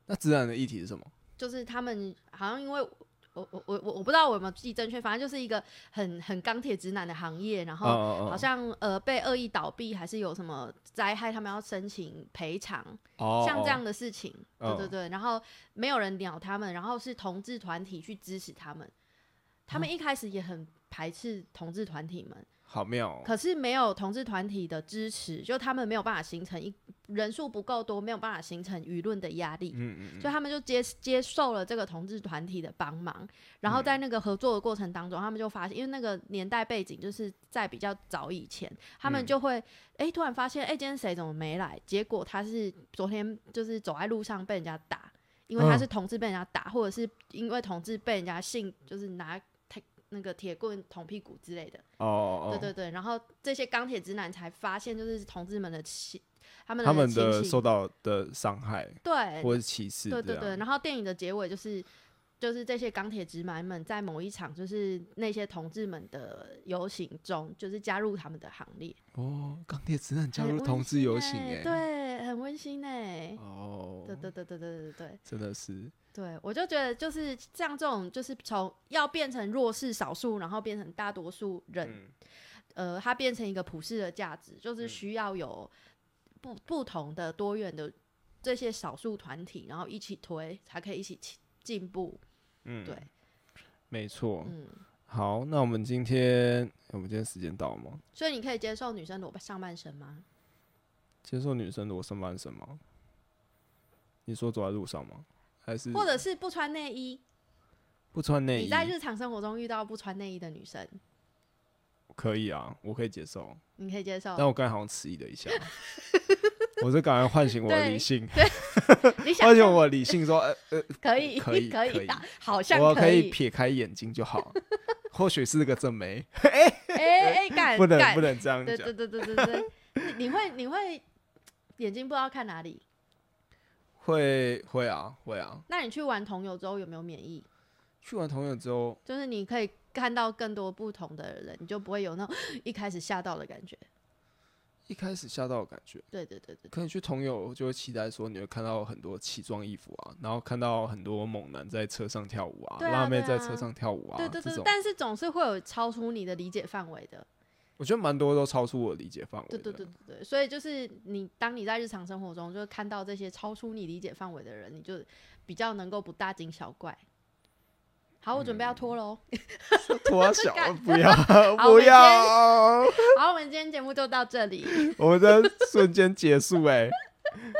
Speaker 1: 那直男的议题是什么？
Speaker 2: 就是他们好像因为我我我我我不知道我有没有记正确，反正就是一个很很钢铁直男的行业，然后
Speaker 1: 哦
Speaker 2: 好像呃被恶意倒闭还是有什么灾害，他们要申请赔偿，
Speaker 1: 哦
Speaker 2: 像这，样的事情，对对
Speaker 1: 嗯
Speaker 2: 对，然后没有人鸟他们，然后是同志团体去支持他们，他
Speaker 1: 哦
Speaker 2: 们一开始也很排斥同志团体们，
Speaker 1: 好妙哦。
Speaker 2: 可是没有同志团体的支持，就他们没有办法形成一人数不够多，没有办法形成舆论的压力，
Speaker 1: 嗯嗯
Speaker 2: 所以他们就接接受了这个同志团体的帮忙，然
Speaker 1: 嗯
Speaker 2: 后在那个合作的过程当中，他们就发现，因为那个年代背景就是在比较早以前，他们
Speaker 1: 嗯
Speaker 2: 就会哎、诶突然发现，哎、今天谁怎么没来？结果他是昨天就是走在路上被人家打，因为他
Speaker 1: 嗯
Speaker 2: 是同志被人家打，或者是因为同志被人家性就是拿铁那个铁棍捅屁股之类的。
Speaker 1: 哦哦，
Speaker 2: 对对对，然后这些钢铁直男才发现，就是同志们的情，他们
Speaker 1: 他们
Speaker 2: 情
Speaker 1: 的
Speaker 2: 形
Speaker 1: 受到的伤害
Speaker 2: 对
Speaker 1: 或者歧视，
Speaker 2: 对对
Speaker 1: 这
Speaker 2: 对，
Speaker 1: 样
Speaker 2: 然后电影的结尾就是。就是这些钢铁直男们在某一场就是那些同志们的游行中，就是加入他们的行列，
Speaker 1: 哦，钢铁直男加
Speaker 2: 很
Speaker 1: 入
Speaker 2: 温
Speaker 1: 同志游
Speaker 2: 馨
Speaker 1: 行，
Speaker 2: 欸
Speaker 1: 哎，，
Speaker 2: 对，很温馨呢、
Speaker 1: 哦，
Speaker 2: 对对对对对对对
Speaker 1: 真的是，
Speaker 2: 对，我就觉得就是像这种，就是从要变成弱势少数，然后变成大多数人
Speaker 1: 嗯
Speaker 2: 呃，它变成一个普世的价值，就是
Speaker 1: 嗯
Speaker 2: 需要有不不同的多元的这些少数团体，然后一起推，才可以一起起进步。
Speaker 1: 嗯，
Speaker 2: 对，
Speaker 1: 没错。
Speaker 2: 嗯，
Speaker 1: 好，那我们今天，我们今天时间到了吗？
Speaker 2: 所以你可以接受女生裸上半身吗？
Speaker 1: 接受女生裸上半身吗？你说走在路上吗？还是
Speaker 2: 或者是不穿内衣？
Speaker 1: 不穿嗯内
Speaker 2: 你
Speaker 1: 衣？
Speaker 2: 在日常生活中遇到不穿内衣的女生，
Speaker 1: 可以啊，我可以接受。
Speaker 2: 你可以接受
Speaker 1: 但？我刚才好像迟疑了一下， 我就赶快唤醒我的理
Speaker 2: 对
Speaker 1: 性，
Speaker 2: 你想
Speaker 1: 唤醒
Speaker 2: 象
Speaker 1: 我的理性说，呃呃，
Speaker 2: 可以
Speaker 1: 可以
Speaker 2: 可
Speaker 1: 可以
Speaker 2: 以打，好像
Speaker 1: 我
Speaker 2: 可
Speaker 1: 可以。撇开眼睛就 好，或许是个正妹，
Speaker 2: 哎哎，敢
Speaker 1: 不能
Speaker 2: 敢
Speaker 1: 不能这样
Speaker 2: 对
Speaker 1: 讲
Speaker 2: 对，对对对对，你你会你会 眼睛不知道看哪里？
Speaker 1: 会会啊会啊。
Speaker 2: 那你去玩同游之后有没有免疫？
Speaker 1: 去完同友之后，
Speaker 2: 就是你可以看到更多不同的人，你就不会有那种一开始吓到的感觉。
Speaker 1: 一开始吓到的感觉，
Speaker 2: 对对对对，
Speaker 1: 可能去同友就会期待说你会看到很多奇装异服啊，然后看到很多猛男在车上跳舞啊，
Speaker 2: 对啊
Speaker 1: 辣妹
Speaker 2: 对
Speaker 1: 在
Speaker 2: 啊
Speaker 1: 车上跳舞啊，
Speaker 2: 对对
Speaker 1: 这
Speaker 2: 对，
Speaker 1: 种
Speaker 2: 但是总是会有超出你的理解范围的。
Speaker 1: 我觉得蛮多都超出我的理解范围。
Speaker 2: 对对对，对对，所以就是你当你在日常生活中就看到这些超出你理解范围的人，你就比较能够不大惊小怪。好，我准备要
Speaker 1: 嗯
Speaker 2: 脱喽。
Speaker 1: 脱啊小
Speaker 2: 干
Speaker 1: 不要
Speaker 2: 好
Speaker 1: 不
Speaker 2: 每天
Speaker 1: 要。
Speaker 2: 好，我们今天节目就到这里。
Speaker 1: 我们在瞬间结束、欸，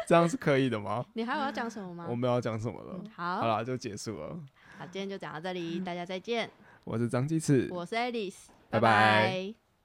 Speaker 1: 这样是可以的吗？
Speaker 2: 你还有要讲什么吗
Speaker 1: 我？没有要讲什么了
Speaker 2: 嗯，
Speaker 1: 好
Speaker 2: 好，
Speaker 1: 啦，就结束了。
Speaker 2: 好，今天就讲到这里，大家再见。
Speaker 1: 我是张鸡翅，
Speaker 2: 我是 Alice，
Speaker 1: 嗯拜拜
Speaker 2: 拜